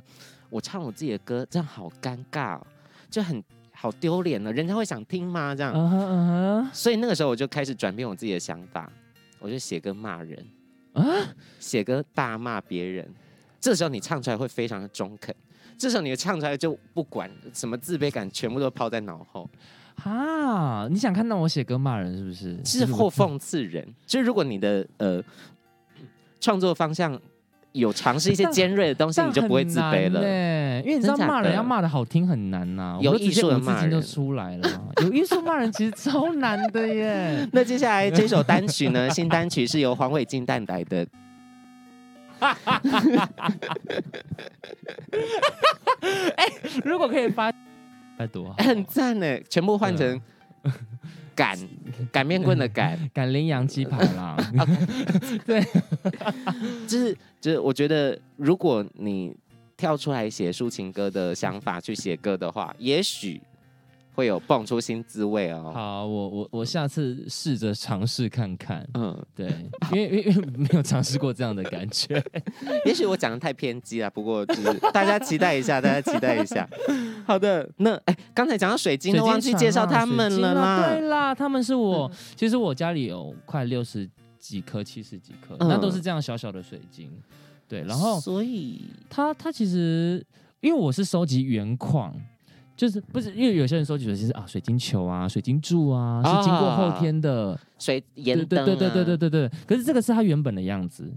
我唱我自己的歌，这样好尴尬、哦，就很好丢脸了。人家会想听吗？这样，
嗯哼嗯哼，
所以那个时候我就开始转变我自己的想法，我就写歌骂人啊，写歌大骂别人。这时候你唱出来会非常的中肯，这时候你唱出来就不管什么自卑感，全部都抛在脑后，
哈，你想看到我写歌骂人是不是？
是
我
或讽刺人。就是如果你的呃创作方向有尝试一些尖锐的东西，你就不会自卑
但很
了。
难欸因为你知道
真假的
骂人要骂的好听很难呐、我
有
都直
艺
接
术的
五字
骂
经就
人。
出来了， 有艺术骂人其实超难的耶
那接下来这首单曲呢， 新单曲是由黄伟晋带来的。
如果可以发，该多好！
很赞呢，全部换成
嗯
擀擀面棍的擀，
敢羚羊鸡排 啦，
就是就是，我觉得如果你跳出来写抒情歌的想法去写歌的话，也许会有蹦出新滋味哦。
好，我我我下次试着尝试看看，
嗯，
对，因为因为因为没有尝试过这样的感觉。
也许我讲的太偏激啊了，不过就是大家期待一下，大家期待一 下。好的，那哎，刚才讲到水晶
水
的，
晶
忘记
船
介绍
啦
他
水
们
晶
了
啦对
啦。
啦，他们是我，其实我家里有快六十几颗、七十几颗，
嗯
那都是这样小小的水晶。对，然后
所以
它它其实因为我是收集原矿，就是不是因为有些人收集水晶是啊水晶球啊、水晶柱啊，是经过后天的，
水
对
盐灯
对对
啊，
对对对对对。可是这个是它原本的样子，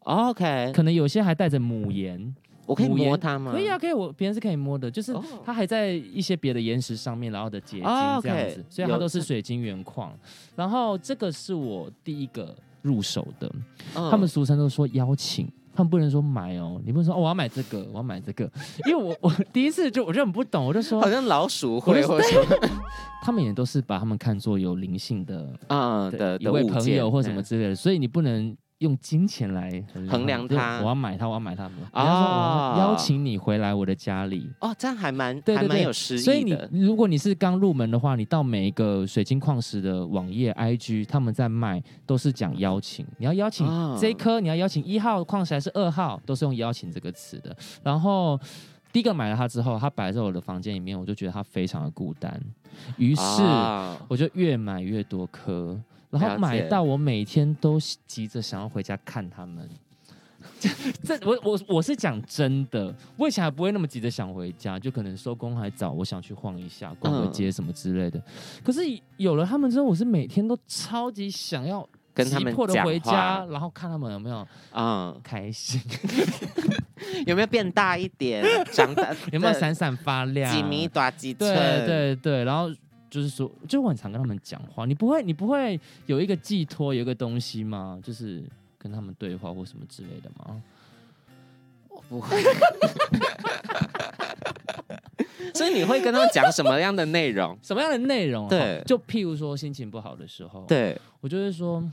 ，OK，
可能有些还带着母岩，
我可以
母
摸
岩
它吗？
可以啊，可以，我别人是可以摸的，就是
嗯哦
它还在一些别的岩石上面，然后的结晶
哦
这样
，OK，
子，所以它
有
都是
这
水晶原矿。然后这个是我第一个入手的，
嗯，
他们俗称都说邀请。他们不能说买哦，你不能说、哦、我要买这个，我要买这个，因为我我第一次就我就很不懂，我就说
好像老鼠
我
会
就
或者什么
他们也都是把他们看作有灵性的
啊的
一
的
位
物
朋
件
友或什么
嗯
之类的，所以你不能用金钱来
衡量
就
它
我要买它，我要买它，你要说
啊
我要邀请你回来我的家里，
哦，这样还蛮
对对
还蛮
对
有诗
所以
意
你
的。
如果你是刚入门的话，你到每一个水晶矿石的网页、IG，他们在卖都是讲邀请，你要邀请
啊
这一颗，你要邀请一号矿石还是二号，都是用邀请这个词的。然后第一个买了它之后，它摆在我的房间里面，我就觉得它非常的孤单，于是
啊
我就越买越多颗。然
了
后
解
买到我每天都急着想要回家看它们， 这我我我是讲真的，我以前还不会那么急着想回家，就可能收工还早，我想去晃一下，逛个
嗯
街什么之类的。可是有了他们之后，我是每天都超级想要
跟他们
急迫的
讲
回家，
话
然后看他们有没有
嗯，
开 心，
有没有变大一 点？长大
有没有
对
闪闪发亮，
几米短几寸？
对对对，然后就是说，就我很常跟他们讲话，你不会你不会有一个寄托，有一个东西吗？就是跟他们对话或什么之类的吗？
不会。 所以你会跟他们讲什么样的内容？
什么样的内容啊？
对
就譬如说心情不好的时候，，
对，
我就会说嗯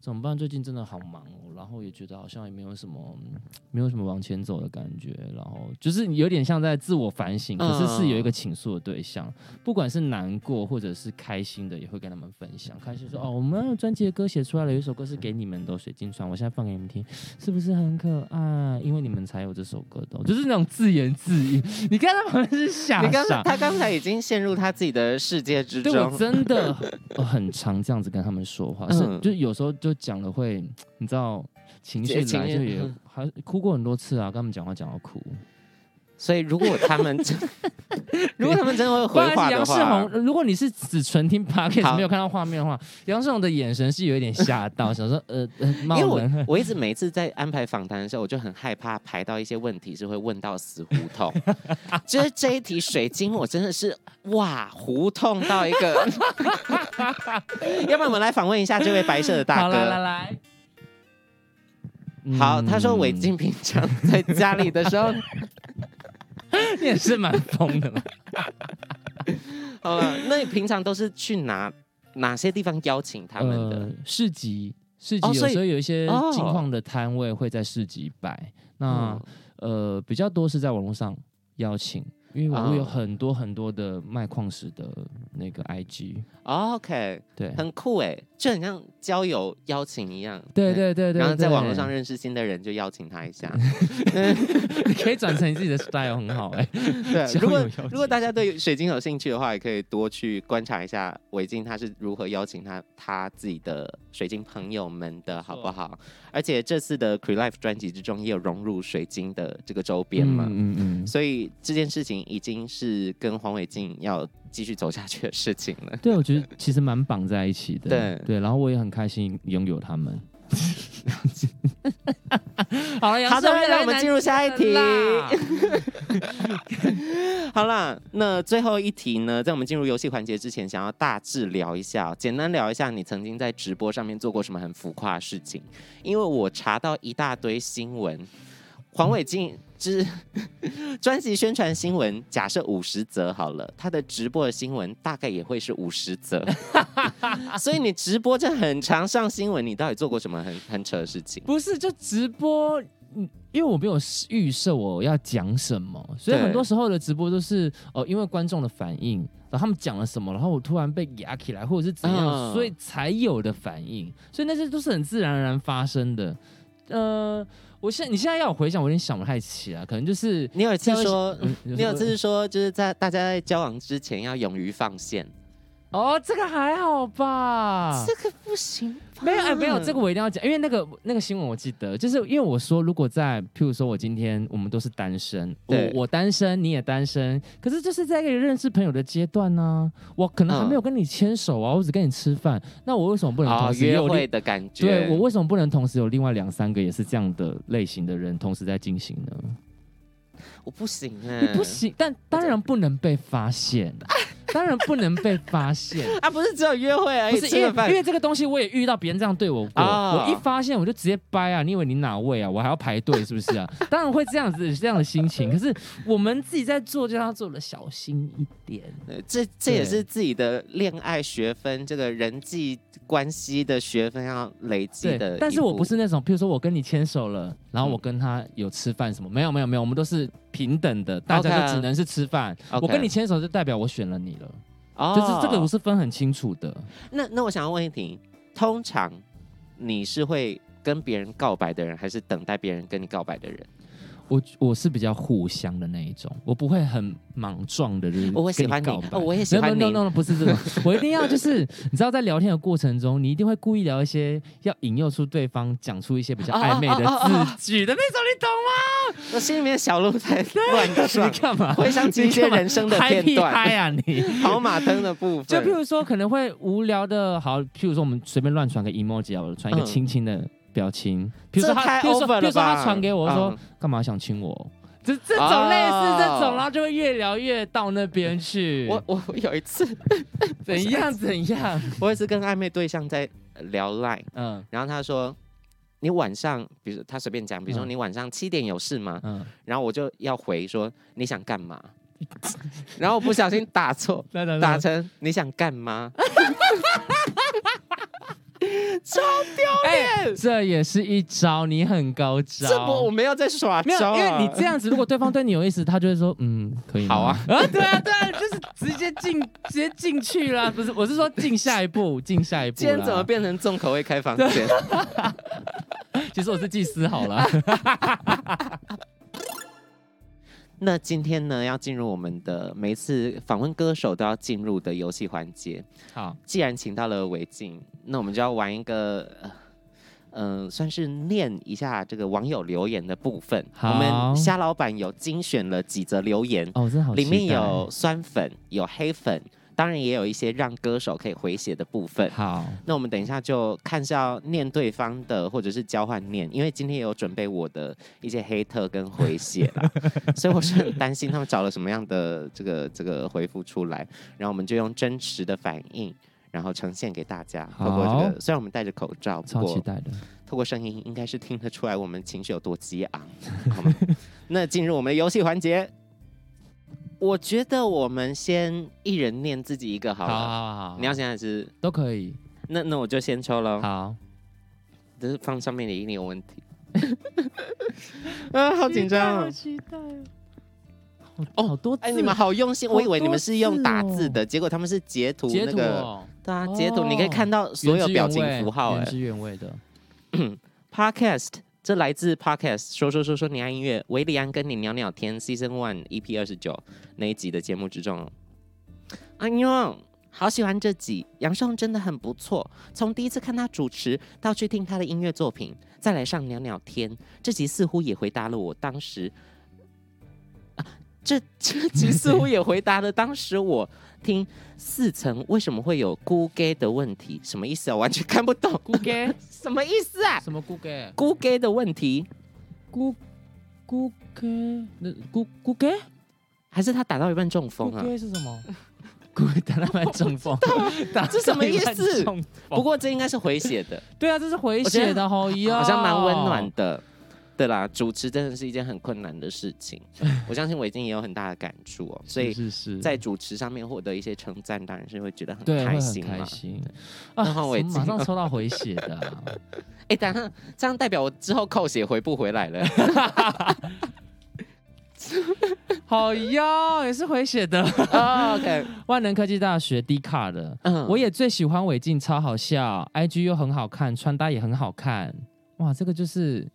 怎么办？最近真的好忙哦，然后也觉得好像也没有什么，嗯没有什么往前走的感觉，然后就是有点像在自我反省，可是是
嗯
有一个倾诉的对象，不管是难过或者是开心的，也会跟他们分享。开心说哦，我们专辑的歌写出来了，有一首歌是给你们的哦《水晶船》，我现在放给你们听，是不是很可爱？因为你们才有这首歌的哦、就是那种自言自语。 你看他们是傻
你刚
傻
才，他刚才已经陷入他自己的世界之
对我
中。
真的呃很常这样子跟他们说 话，是
嗯
就有时候就讲了会，你知道情绪
情
来
绪嗯
就也还哭过很多次啊，跟他们讲话讲到哭。
所以如果他们 真，如果他们真的会
不
回
然
话
是
的
杨世
话
宏，， 如果你是只纯听 podcast
好
没有看到画面的话，杨世宏的眼神是有一点吓到，想说呃呃
因
冒
为 我
冷。
我一直每次在安排访谈的时候，我就很害怕排到一些问题是会问到死胡同， 就是这一题水晶，我真的是哇胡同到一个。 要不然我们来访问一下这位白色的大
好来来
哥。
来，
好，
嗯
他说韦静平常在家里的时候，
你也是蛮疯的嘛。
呃，那你平常都是去哪哪些地方邀请他们的？
呃、市集，市集
哦
有
所以
时候有一些
哦嗯
金矿的摊位会在市集摆，那、呃比较多是在网络上邀请，因为网络有
哦
很多很多的卖矿石的那个 IG，
嗯，OK，
对。
很酷哎，就很像交友邀请一样。
对对对对，
然后在
对
网络上，认识新的人，就邀请他一下。
你 可以转成你自己的 style，很好哎、
对，
交
如果
友邀
如果大家对水晶有兴趣的话，也可以多去观察一下维京他是如何邀请他他自己的水晶朋友们的，好不好？而且这次的 Cre Life 专辑之中也有融入水晶的这个周边嘛。
嗯嗯嗯，
所以这件事情已经是跟黄伟晋要继续走下去的事情了。
对，我觉得其实蛮绑在一起的，
对
对，然后我也很开心拥有他们， 好了，杨
好的
世伟
让我们
来
进入下一题
啦
好啦，那最后一题呢，在我们进入游戏环节之前，想要大致聊一下哦、简单聊一下你曾经在直播上面做过什么很浮夸的事情。因为我查到一大堆新闻，黄伟晋之 专辑宣传新闻，假设五十则好了，他的直播的新闻大概也会是五十则，所以你直播这很常上新闻，你到底做过什么很很扯的事情？
不是，就直播，嗯，因为我没有预设我要讲什么，所以
对
很多时候的直播都是哦、呃因为观众的反应，然后他们讲了什么，然后我突然被压起来，或者是怎样，
嗯
所以才有的反应，所以那些都是很自然而然发生的。呃，我现在你现在要我回想，我有点想不太起来，可能就是
你有一次说，
嗯
你有一次是说，就是在大家在交往之前要勇于放线。
哦，这个还好吧？
这个不行吧？
啊没有，哎，没
啊
有，
哦
这个我一定要讲，因为那个那个新闻我记得，就是因为我说，如果在，譬如说我今天我们都是单身，我
对
我单身，你也单身，可是就是在一个认识朋友的阶段呢、我可
嗯
能还没有跟你牵手啊，我只跟你吃饭，那我为什么不能
啊、
同
哦，
时
约
有另、
会的感觉。
对我为什么不能同时有另外两三个也是这样的类型的人同时在进行呢？
我不行哎、
你不行，但当然不能被发现，当然不能被发现。
啊，不是只有约会而
不
已，
是
吃
因为
个饭
因为这个东西我也遇到别人这样对我过，
啊
我一发现我就直接掰啊！你以为你哪位啊？我还要排队是不是 啊？当然会这样子这样的心情，可是我们自己在做就要做的小心一点。
呃这这也是自己的恋爱学分，这个人际关系的学分要累积
对
的。，
但是我不是，那种，譬如说我跟你牵手了，然后我跟他有吃饭什么？没有没有没有，我们都是平等的，大家
OK 啊
都只能是吃饭。
OK 啊
我跟你牵手就代表我选了你了，
哦
就是这个我是分很清楚的。
那那我想要问一题，通常你是会跟别人告白的人，还是等待别人跟你告白的人？
我我是比较互相的那一种，我不会很莽撞的，就是
我会喜欢
嗯
你
跟告白
哦我也喜欢你
No no no, no 不是这 种，我一定要就是你知道，在聊天的过程中，你一定会故意聊一些要引诱出对方讲出一些比较暧昧的字句的那种，你懂吗？
我心里面小鹿在乱撞
你，干嘛？
回想起一些
你干嘛
人生的
嗨
片
屁
段
嗨啊你！
跑马灯的部分。
就譬如说，可能会无聊的，好，譬如说我们随便乱传个 emoji 啊，我传一个
嗯
亲亲的表情，比如说
这太
他，比如说，
over 了
比如说他
吧
传给我说
嗯
干嘛想亲我，这这
哦
种类似这种，然后就会越聊越到那边去。
我我我有一次，
怎样怎 样？
我有一次跟暧昧对象在呃聊 Line，
嗯
然后他说：“你晚上，比如说他随便讲，比如说
嗯
你晚上七点有事吗
嗯，？”
然后我就要回说：“你想干 嘛？”然后我不小心打错，
来来
打
来，
成“你想干 嘛
哎，这也是一招，你很高”？招。
这不我没有在耍
没有，
招、啊，
因为你这样子，如果对方对你有意思，他就会说，嗯，可以吗
好啊，
啊，对啊，对啊，就是直接进，直接进去啦，不是，我是说进下一步，进下一步。
今天怎么？变成重口味开房间？
其实我是祭司好了。
那今天呢，要进入我们的每一次访问歌手都要进入的游戏环节。
好，
既然请到了韦静，那我们就要玩一个，呃嗯、算是念一下这个网友留言的部分。我
好
们虾老板有精选了几则留言，
哦，我真的好期
里
待，
面有酸粉，有黑粉，当然也有一些让歌手可以回血的部分。
好，
那我们等一下就看是要念对方的，或者是交换念，因为今天也有准备我的一些黑特跟回血 啦，所以我是很担心他们找了什么样的这个这个回复出来，然后我们就用真实的反应，然后呈现给大家。
好
透过这个，虽然我们戴着口罩，不
超期
过
待的。
透过声音应该是听得出来我们情绪有多激昂， 好吗？那进入我们的游戏环节。我觉得我们先一人念自己一个好
好
了。
好好，
你要现在是
都可以。
那那我就先抽了。
好，
只是放上面的一定有问题。啊，好紧张哦！
期待哦。哦，好多字
哎，你们好用心，我以
好
为
多
你们是用打字的，结果他们是截图
截
那
图
个，
哦，
对啊，
哦
截图你可以看到所有表情符号。
原
哎
汁原味的。
，Podcast，这来自 Podcast，说说说说你爱音乐，维里安跟你聊聊天，Season One EP 二十九那一集的节目之中哦。哎呦，好喜欢这集，杨尚真的很不错。从第一次看他主持到去听他的音乐作品，再来上聊聊天，这集似乎也回答了我当时，啊这这集似乎也回答了当时我听四层为什么会有孤 gay 的问题，什么意思啊？我完全看不懂，
Google
什么意思啊？
什么 Google？
孤 gay 的问题，
咕咕给，那咕咕给
还是他打到一半中风
咕
啊？
给是什 么？啊咕打到半中 风，打
这什么意思
到一半中
不过这应该是回血 的，
对啊，这是回血的吼，
好
好
像蛮温暖。的。对啦，主持真的是一件很困难的事情， 我相信我已经也有很大的感触哦，所以
是是是
在主持上面获得一些称赞，当然是会觉得很
对会
开
很
心嘛
开。心
对
啊！
那换我
怎么
一
马
次
上抽到回血的啊、
哎，等一下这样代表我之后扣血回不回 来了。
好哟，也是回血的。
哦 OK，
万能科技大学 D 卡的，
嗯
我也最喜欢韦静，超好笑，IG 又很好看，穿搭也很好看。哇，这个就是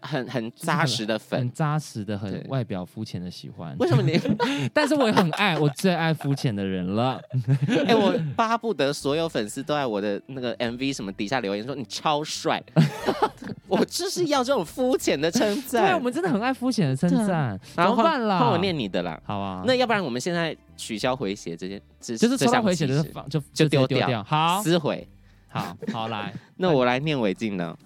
很很扎实的粉
很。扎实的、
对
很外表肤浅的喜欢。
为什 么你？
但是我也很爱，我最爱肤浅的人 了。
哎、我巴不得所有粉丝都在我的那个 MV 什么底下留言说你超帅， 我就是要这种肤浅的称
对，啊我
赞。
们真的很爱肤浅的称赞，怎
然后
么
换
办啦？
换我念你的啦。
好啊，
那要不然我们现在取消回血这件，这
就是
这
抽到
项
回血
机
的
制
放就
就
直接
丢
丢
掉
掉。好，
撕毁。
好，好 来，
那我来念违禁 呢？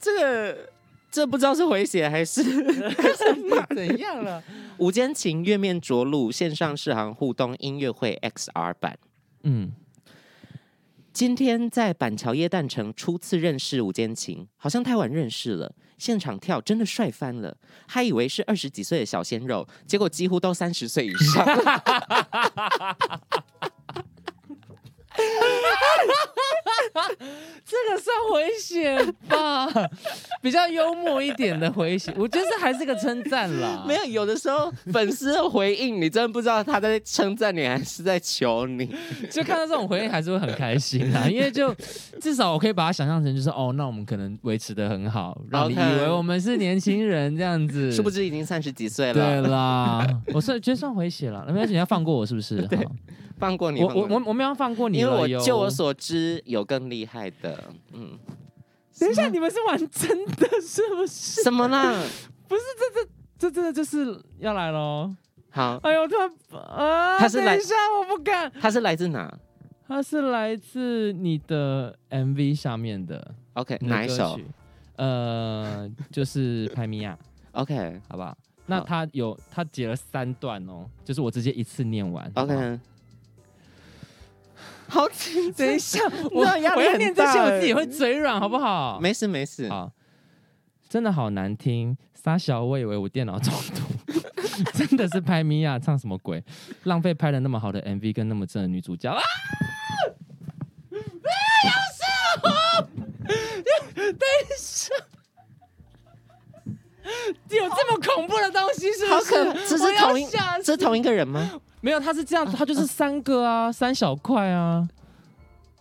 这个这不知道是回血还是
怎样了？
《午间情》月面着陆线上试航互动音乐会 XR 版。
嗯，
今天在板桥耶诞城初次认识吴坚琴，好像太晚认识了。现场跳真的帅翻了，还以为是二十几岁的小鲜肉，结果几乎都三十岁以上。
这个算回血吧， 比较幽默一点的回血，我觉得这还是个称赞啦。
没有，有的时候粉丝的回应，你真的不知道他在称赞你还是在求你。
就看到这种回应还是会很开心 啊，因为就至少我可以把它想象成就是哦，那我们可能维持的很好，让你以
OK
为我们是年轻人这样子，
殊不知已经三十几岁
对
了，
啦，我算觉得算回血了，没 关系，你要放过我是不是？好
放过你，
我
放过
我
你
我我们要放过你
因为
了
我
哟。
就我所知有更厉害的，嗯，
等一下，你们是玩真的是不是？
什么啦？
这真的就是要来喽！
好，
哎呦，他啊，
他是来
等一下，我不敢。
他是来自哪
他是来自你的 MV 下面的
？OK，
那
哪一
歌
首
曲？呃，就是《拍米 亚》，
？OK
好不好？那
好
他有他截了三段哦，就是我直接一次念完。好不好
OK，好紧张，
等一下，我
那压力
我要
很
念这些，
大欸
我自己会嘴软，好不好？
没事没事，
好，真的好难听，傻小，我以为我电脑中毒， 真的是拍米娅唱什么鬼，浪费拍了那么好的 MV 跟那么正的女主角啊！啊 有这么恐怖的东西是
好
不
可
是
怕，？这
我
是
要
同一
吓
这是同一个 人吗？
没有，他是这样，他就是三个啊，三小块啊。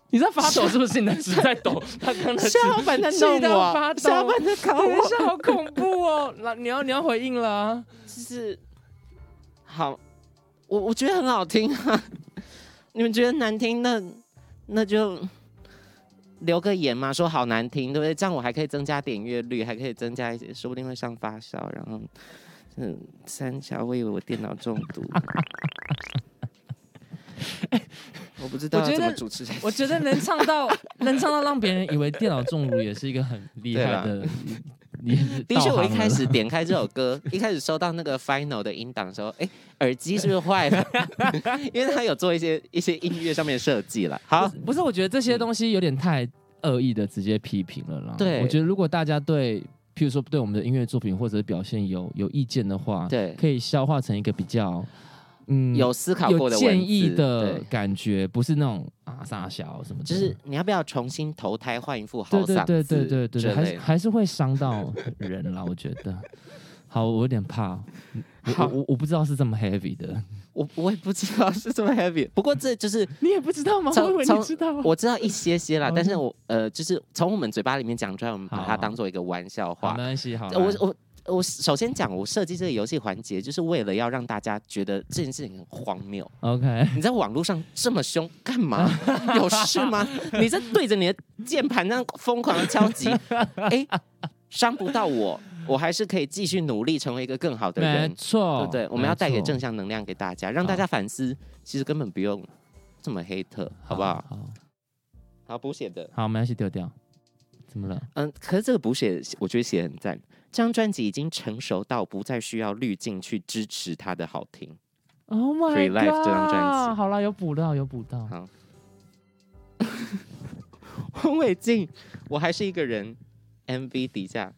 你在发抖是不是？你的纸在抖，他刚刚 的纸
下班在弄
气到发
我，
抖
下班在搞
等一
我，
下，哦好恐怖哦！那你要你要回应了啊、
就是好，我我觉得很好听啊。你们觉得难听，那那就留个言嘛，说好难听，对不对？这样我还可以增加点阅率，还可以增加一些，说不定会上发烧。然后，嗯，三峡，我以为我电脑中 毒。我不知道
我觉
要
得
怎么主持才
我觉得能唱 到能唱到让别人以为电脑中毒，也是一个很厉害的。你
的确，我一开始点开这首歌，一开始收到那个 final 的音档的时候，哎、耳机是不是坏了？因为他有做一些一些音乐上面的设计了。好
不，是不是，我觉得这些东西有点太恶意的直接批评了啦。
对
我觉得如果大家对，譬如说对我们的音乐作品或者表现有有意见的话，
对
可以消化成一个比较嗯
有思考过
有
的
建
文
议
字
的
对
感觉，不是那种啊傻小什么的，
就是你要不要重新投胎换一副好
对
嗓
对
子？
对对对对
之
对，还
类
是
的。
还是会伤到人啦，我觉得。好，我有点怕，我
好
我我我不知道是这么 heavy 的，
我我也不知道是这么 heavy，不过这就是
你也不知道吗
从我以为你从知
道
我知道一些些啦，
嗯
但是我呃，就是从我们嘴巴里面讲出来，我们把
好
它
好
当做一个玩笑
好，
话
没。关系，好。
我
来
我我首先讲，我设计这个游戏环节，就是为了要让大家觉得这件事情很荒谬。
OK，
你在网络上这么凶干嘛？ 有事吗？你在对着你的键盘那样疯狂的 敲击，哎，伤不到我，我还是可以继续努力成为一个更好的
没
人，
错
对，不对？我们要带给正
向，
向能量给大家，让大家反思，其实根本不用这么黑特，好不好？
好，
好，补写的
好，没关系，丢掉。怎么了？
嗯，可是这个补写，我觉得写得很赞。这张专辑已经成熟到不再需要滤镜去支持它的好听。
Oh my
Free Life
god！
这张专辑
好啦，有补到，有补到。
好， 王伟静，我还是一个人。MV 底下，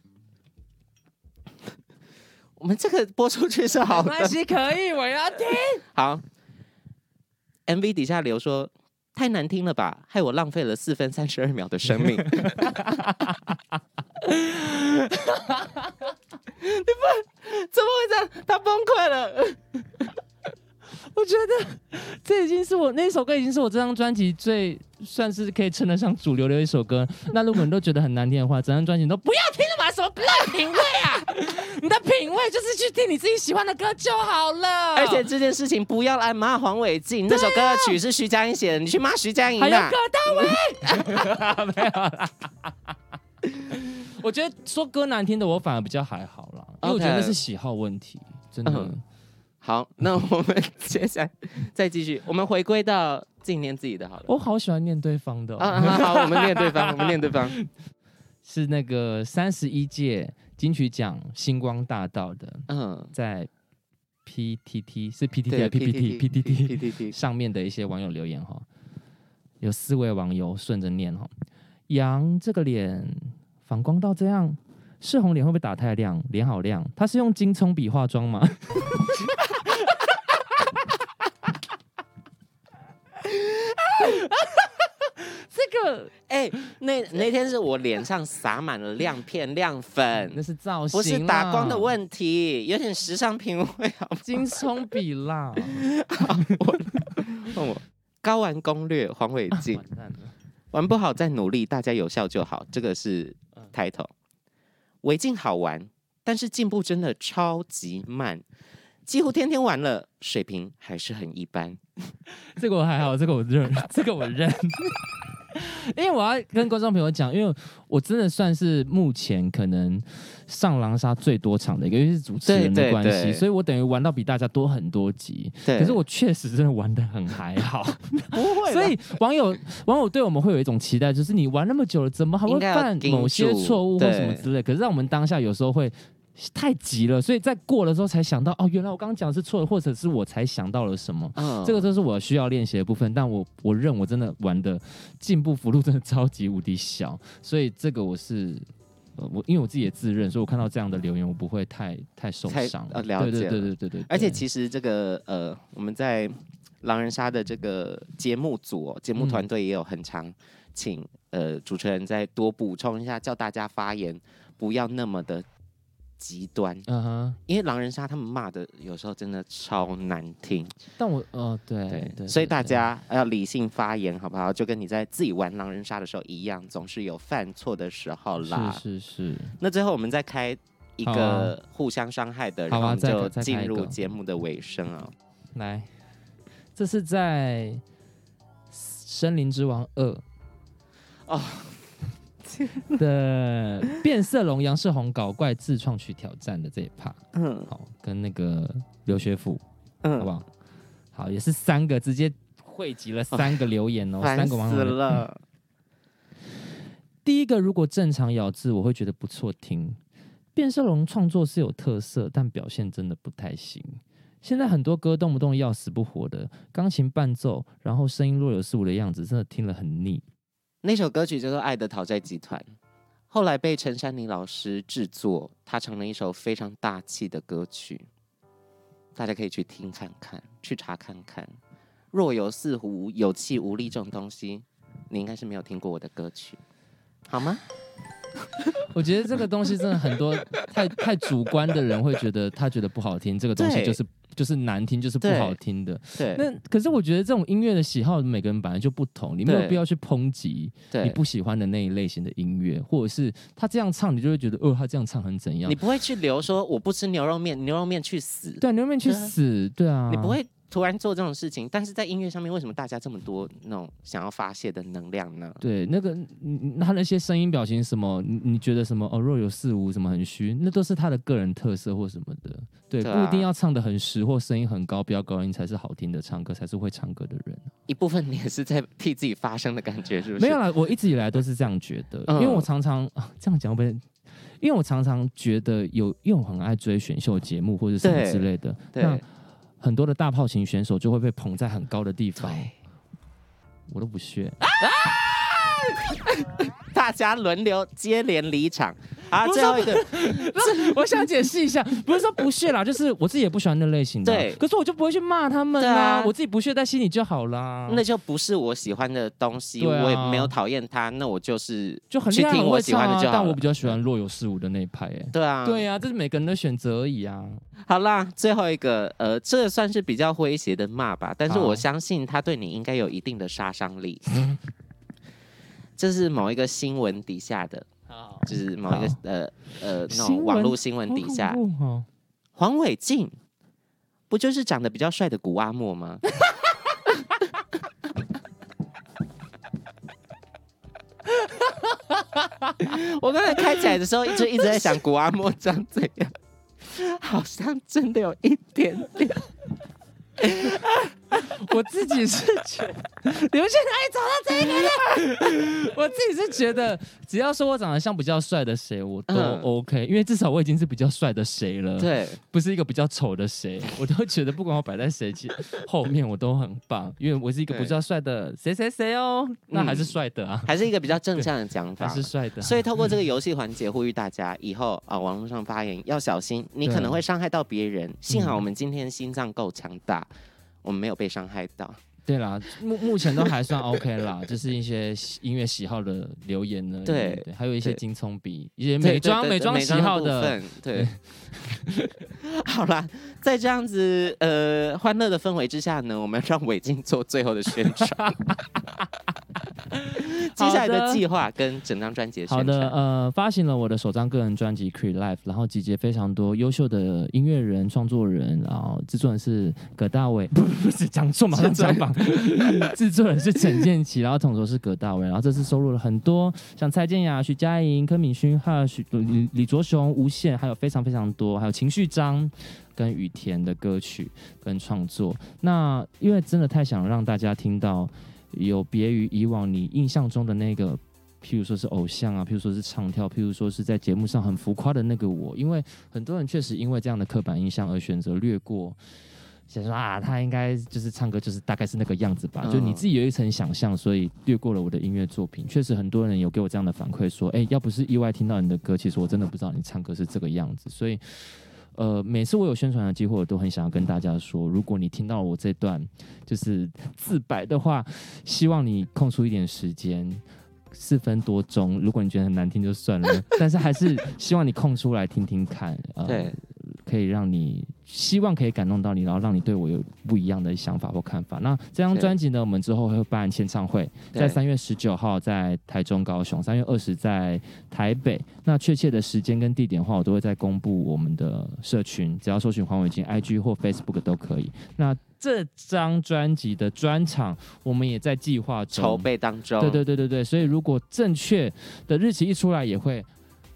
我们这个播出去是 好
没
的。
关系，可以，我要 听。
好，MV 底下留说太难听了吧，害我浪费了四分三十二秒的生 命。你不，怎么会这样？他崩
哦
溃了。
我觉得这已经是我那首歌，已经是我这张专辑最算是可以称得上主流的一首歌。那如果你都觉得很难听的话，整张专辑你都不要听了吧？什么烂品味啊！你的品味就是去听你自己喜欢的歌就好了。
而且这件事情不要来骂黄伟晋，那首
啊
歌曲是徐佳莹写的，你去骂徐佳莹啊
还有
啦
葛。大为， 没有啦。 我觉得说歌难听的，我反而比较还好啦，因为我觉得那
OK
是喜好问题，真的。
嗯好，那我们接下来再继续，我们回归到自己念自己的好了。
我好喜欢念对方的、哦。
啊啊，好，我们念对方，我们念对方。
是那个三十一届金曲奖星光大道的，
嗯，
在 PTT 是 PTT
对
还是 PPT PTT
PPT，
上面的一些网友留言哈，有四位网友顺着念哈，杨这个脸反光到这样，世红脸会不会打太亮？脸好亮，他是用金葱笔化妆吗？ 这个
哎，那那天是我脸上撒满了亮片、亮
那啊
粉，
是造型，
不是打光的，问题，有点时尚品味好不好
金葱笔啦，
问我高玩攻略，黄伟晋
完蛋了，
玩不好再努力，大家有效就好。这个是
嗯
title。违禁好玩，但是进步真的超级慢，几乎天天玩了，水平还是很一般。
这个我还好，这个我 认，这个我认。 因为我要跟观众朋友讲，因为我真的算是目前可能上狼杀最多场的一个，因为是主持人的
对对
关系，
对
所以我等于玩到比大家多很多集。
对，
可是我确实真的玩的很还好，
不 会啦，
所以网友网友对我们会有一种期待，就是你玩那么久了，怎么还会
应该要
犯
盯
某些
住
错误或
对
什么之类？可是让我们当下有时候会太急了，所以在过了之后才想到，哦，原来我刚刚讲的是错的，或者是我才想到了什么。
嗯
这个就是我需要练习的部分，但我我认我真的玩的进步幅度真的超级无敌小，所以这个我是。呃，我因为我自己也自认，所以我看到这样的留言，我不会太太受
太
伤。
呃了
对
解
对对对对对。
而且
对
其实这个呃，我们在狼人杀的这个节目组、哦、节目
嗯
团队也有很常请呃主持人再多补充一下，叫大家发言不要那么的极端，
嗯哼，
因为狼人杀他们骂的有时候真的超难听，
但我呃对
对，
对，
所以
对
大
对
家要理性发言，好不好？就跟你在自己玩狼人杀的时候一样，总是有犯错的时候啦。
是是是，
那最后我们再开一
好啊
个互相伤害
好
的，然
啊
后我们
再开
就
再开
进
一
入
个
节目的尾声啊、
来，这是在《森林之王二》
哦
的变色龙杨世宏搞怪自创曲挑战的这一趴，
嗯
好，跟那个刘学府
嗯
好不好？好，也是三个直接汇集了三个留言哦，
烦
三
死
个网友的。
了。
第一个，如果正常咬字，我会觉得不错听。变色龙创作是有特色，但表现真的不太行。现在很多歌动不动要死不活的，钢琴伴奏，然后声音若有似无的样子，真的听了很腻。
那首歌曲叫做《爱的讨债集团》，后来被陈珊妮老师制作，它成了一首非常大气的歌曲，大家可以去听看看，去查看看。若有似无，有气无力这种东西，你应该是没有听过我的歌曲，好吗？
我觉得这个东西真的很多太太主观的人会觉得他觉得不好听，这个东西
对
就是就是难听，就是不
对
好听的。
对
那可是我觉得这种音乐的喜好，每个人本来就不同，你没有
对
必要去抨击。你
对，
不喜欢的那一类型的音乐，或者是他这样唱，你就会觉得，哦，他这样唱很怎样
你？不会去留说我不吃牛肉面，牛肉面去死，
对啊，牛肉面去
对啊
死，对啊，
你不会突然做这种事情。但是在音乐上面，为什么大家这么多那种想要发泄的能量呢？
对那个嗯他那些声音、表情什么，你你觉得什么？哦，若有似无，什么很虚，那都是他的个人特色或什么的。对，
对
不一
啊
定要唱的很实或声音很高，飙高音才是好听的唱歌，才是会唱歌的人。
一部分你也是在替自己发声的感觉，是不是？
没有啦，我一直以来都是这样觉得，
嗯
因为我常常、啊、这样讲会不会？因为我常常觉得有，因为我很爱追选秀节目或者什么
对
之类的，那
对
很多的大炮型选手就会被捧在很高的地方，
对，
我都不屑。
大家轮流接连离场。啊，
不是
最后一个，
我想解释一下，不是说不屑啦，就是我自己也不喜欢那类型的啊，
对
可是我就不会去骂他们
对
啦，
啊
我自己不屑在心里就好啦。
那就不是我喜欢的东西，
对啊
我也没有讨厌它，那我就是
就很
去
厉害，
听
很
我
会
喜
唱
欢
啊
的就好
但
了
我比较喜欢若有似无的那一派、哎、
对啊，
对呀、这是每个人的选择而已啊。
好啦，最后一个，呃，这算是比较诙谐的骂吧，但是
好
我相信他对你应该有一定的杀伤力。
嗯
这是某一个新闻底下的，就是某一个
好
呃呃那
新
种
闻
网络新闻
好
底
恐
下，
怖哦
黄伟晋不就是长得比较帅的古阿莫吗？ 我刚才开起来的时候，就一直在想古阿莫长怎样，好像真的有一点点。
我自己是觉得，你们现在哎走到这一步了。我 自己是觉得，只要说我长得像比较帅的谁，我都
嗯
OK，、因为至少我已经是比较帅的谁了，
对，
不是一个比较丑的谁。我都觉得不管我摆在谁前后面，我都很棒，因为我是一个
对
比较帅的谁谁谁哦，那还是帅的啊，
还是一个比较正向的讲
还
法。
是帅的啊、
所以透过这个游戏环节，呼吁大家以后啊、网络上发言要小心，你
对
可能会伤害到别人。幸好
嗯
我们今天心脏够强大，我们没有被伤害到。
对啦，目目前都还算 OK 啦，就是一些喜音乐喜好的留言呢，
对
还有一些
对
金葱鼻，一些
对
美
对
妆
对
美
对
妆喜好
部
的，
分，对。 好啦，在这样子呃欢乐的氛围之下呢，我们让伟静做最后的宣 传。接下来
好
的
的
计划跟整张专辑的
好
宣
的，
传，
呃，发行了我的首张个人专辑《Create Life》，然后集结非常多优秀的音乐人、创作人，然后制作人是葛大为，不 不是讲错，马上讲 反，制作人是陈建奇，然后统筹是葛大为，然后这次收录了很多像蔡健雅、徐佳莹、柯敏勋、还有许李李卓雄、无限，还有非常非常多，还有情绪章。跟雨田的歌曲跟创作，那因为真的太想让大家听到有别于以往你印象中的那个，譬如说是偶像啊，譬如说是唱跳，譬如说是在节目上很浮夸的那个我，因为很多人确实因为这样的刻板印象而选择略过。想说啊，他应该就是唱歌，就是大概是那个样子吧。
嗯
就你自己有一层想象，所以略过了我的音乐作品。确实，很多人有给我这样的反馈，说：“哎、要不是意外听到你的歌，其实我真的不知道你唱歌是这个样子。”所以，呃，每次我有宣传的机会，我都很想要跟大家说，如果你听到我这段就是自白的话，希望你空出一点时间，四分多钟。如果你觉得很难听就算了，但是还是希望你空出来听听看，呃，
对，
可以让你希望可以感动到你，然后让你对我有不一样的想法或看法。那这张
对
专辑呢，我们之后会办签唱会，在
对
三月十九号在台中、高雄，三月二十在台北。那确切的时间跟地点的话，我都会再公布我们的社群，只要搜寻黄伟金 IG 或 Facebook 都可以。那这张专辑的专场，我们也在计划中
筹。备当中，
对对对对对，所以如果正确的日期一出来，也会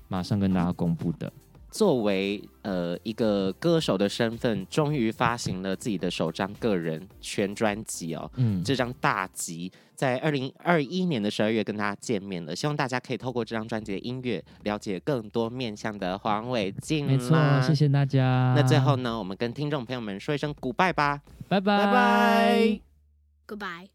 马上跟大家公布
嗯
的。
作为呃一个歌手的身份，终于发行了自己的首张个人全专辑哦。
嗯，
这张大集在二零二一年的十二月跟大家见面了，希望大家可以透过这张专辑的音乐了解更多面向的黄伟晋啦。
没错，谢啊谢大家。
那最后呢，我们跟听众朋友们说一声 goodbye 吧，
拜拜
拜拜
Goodbye.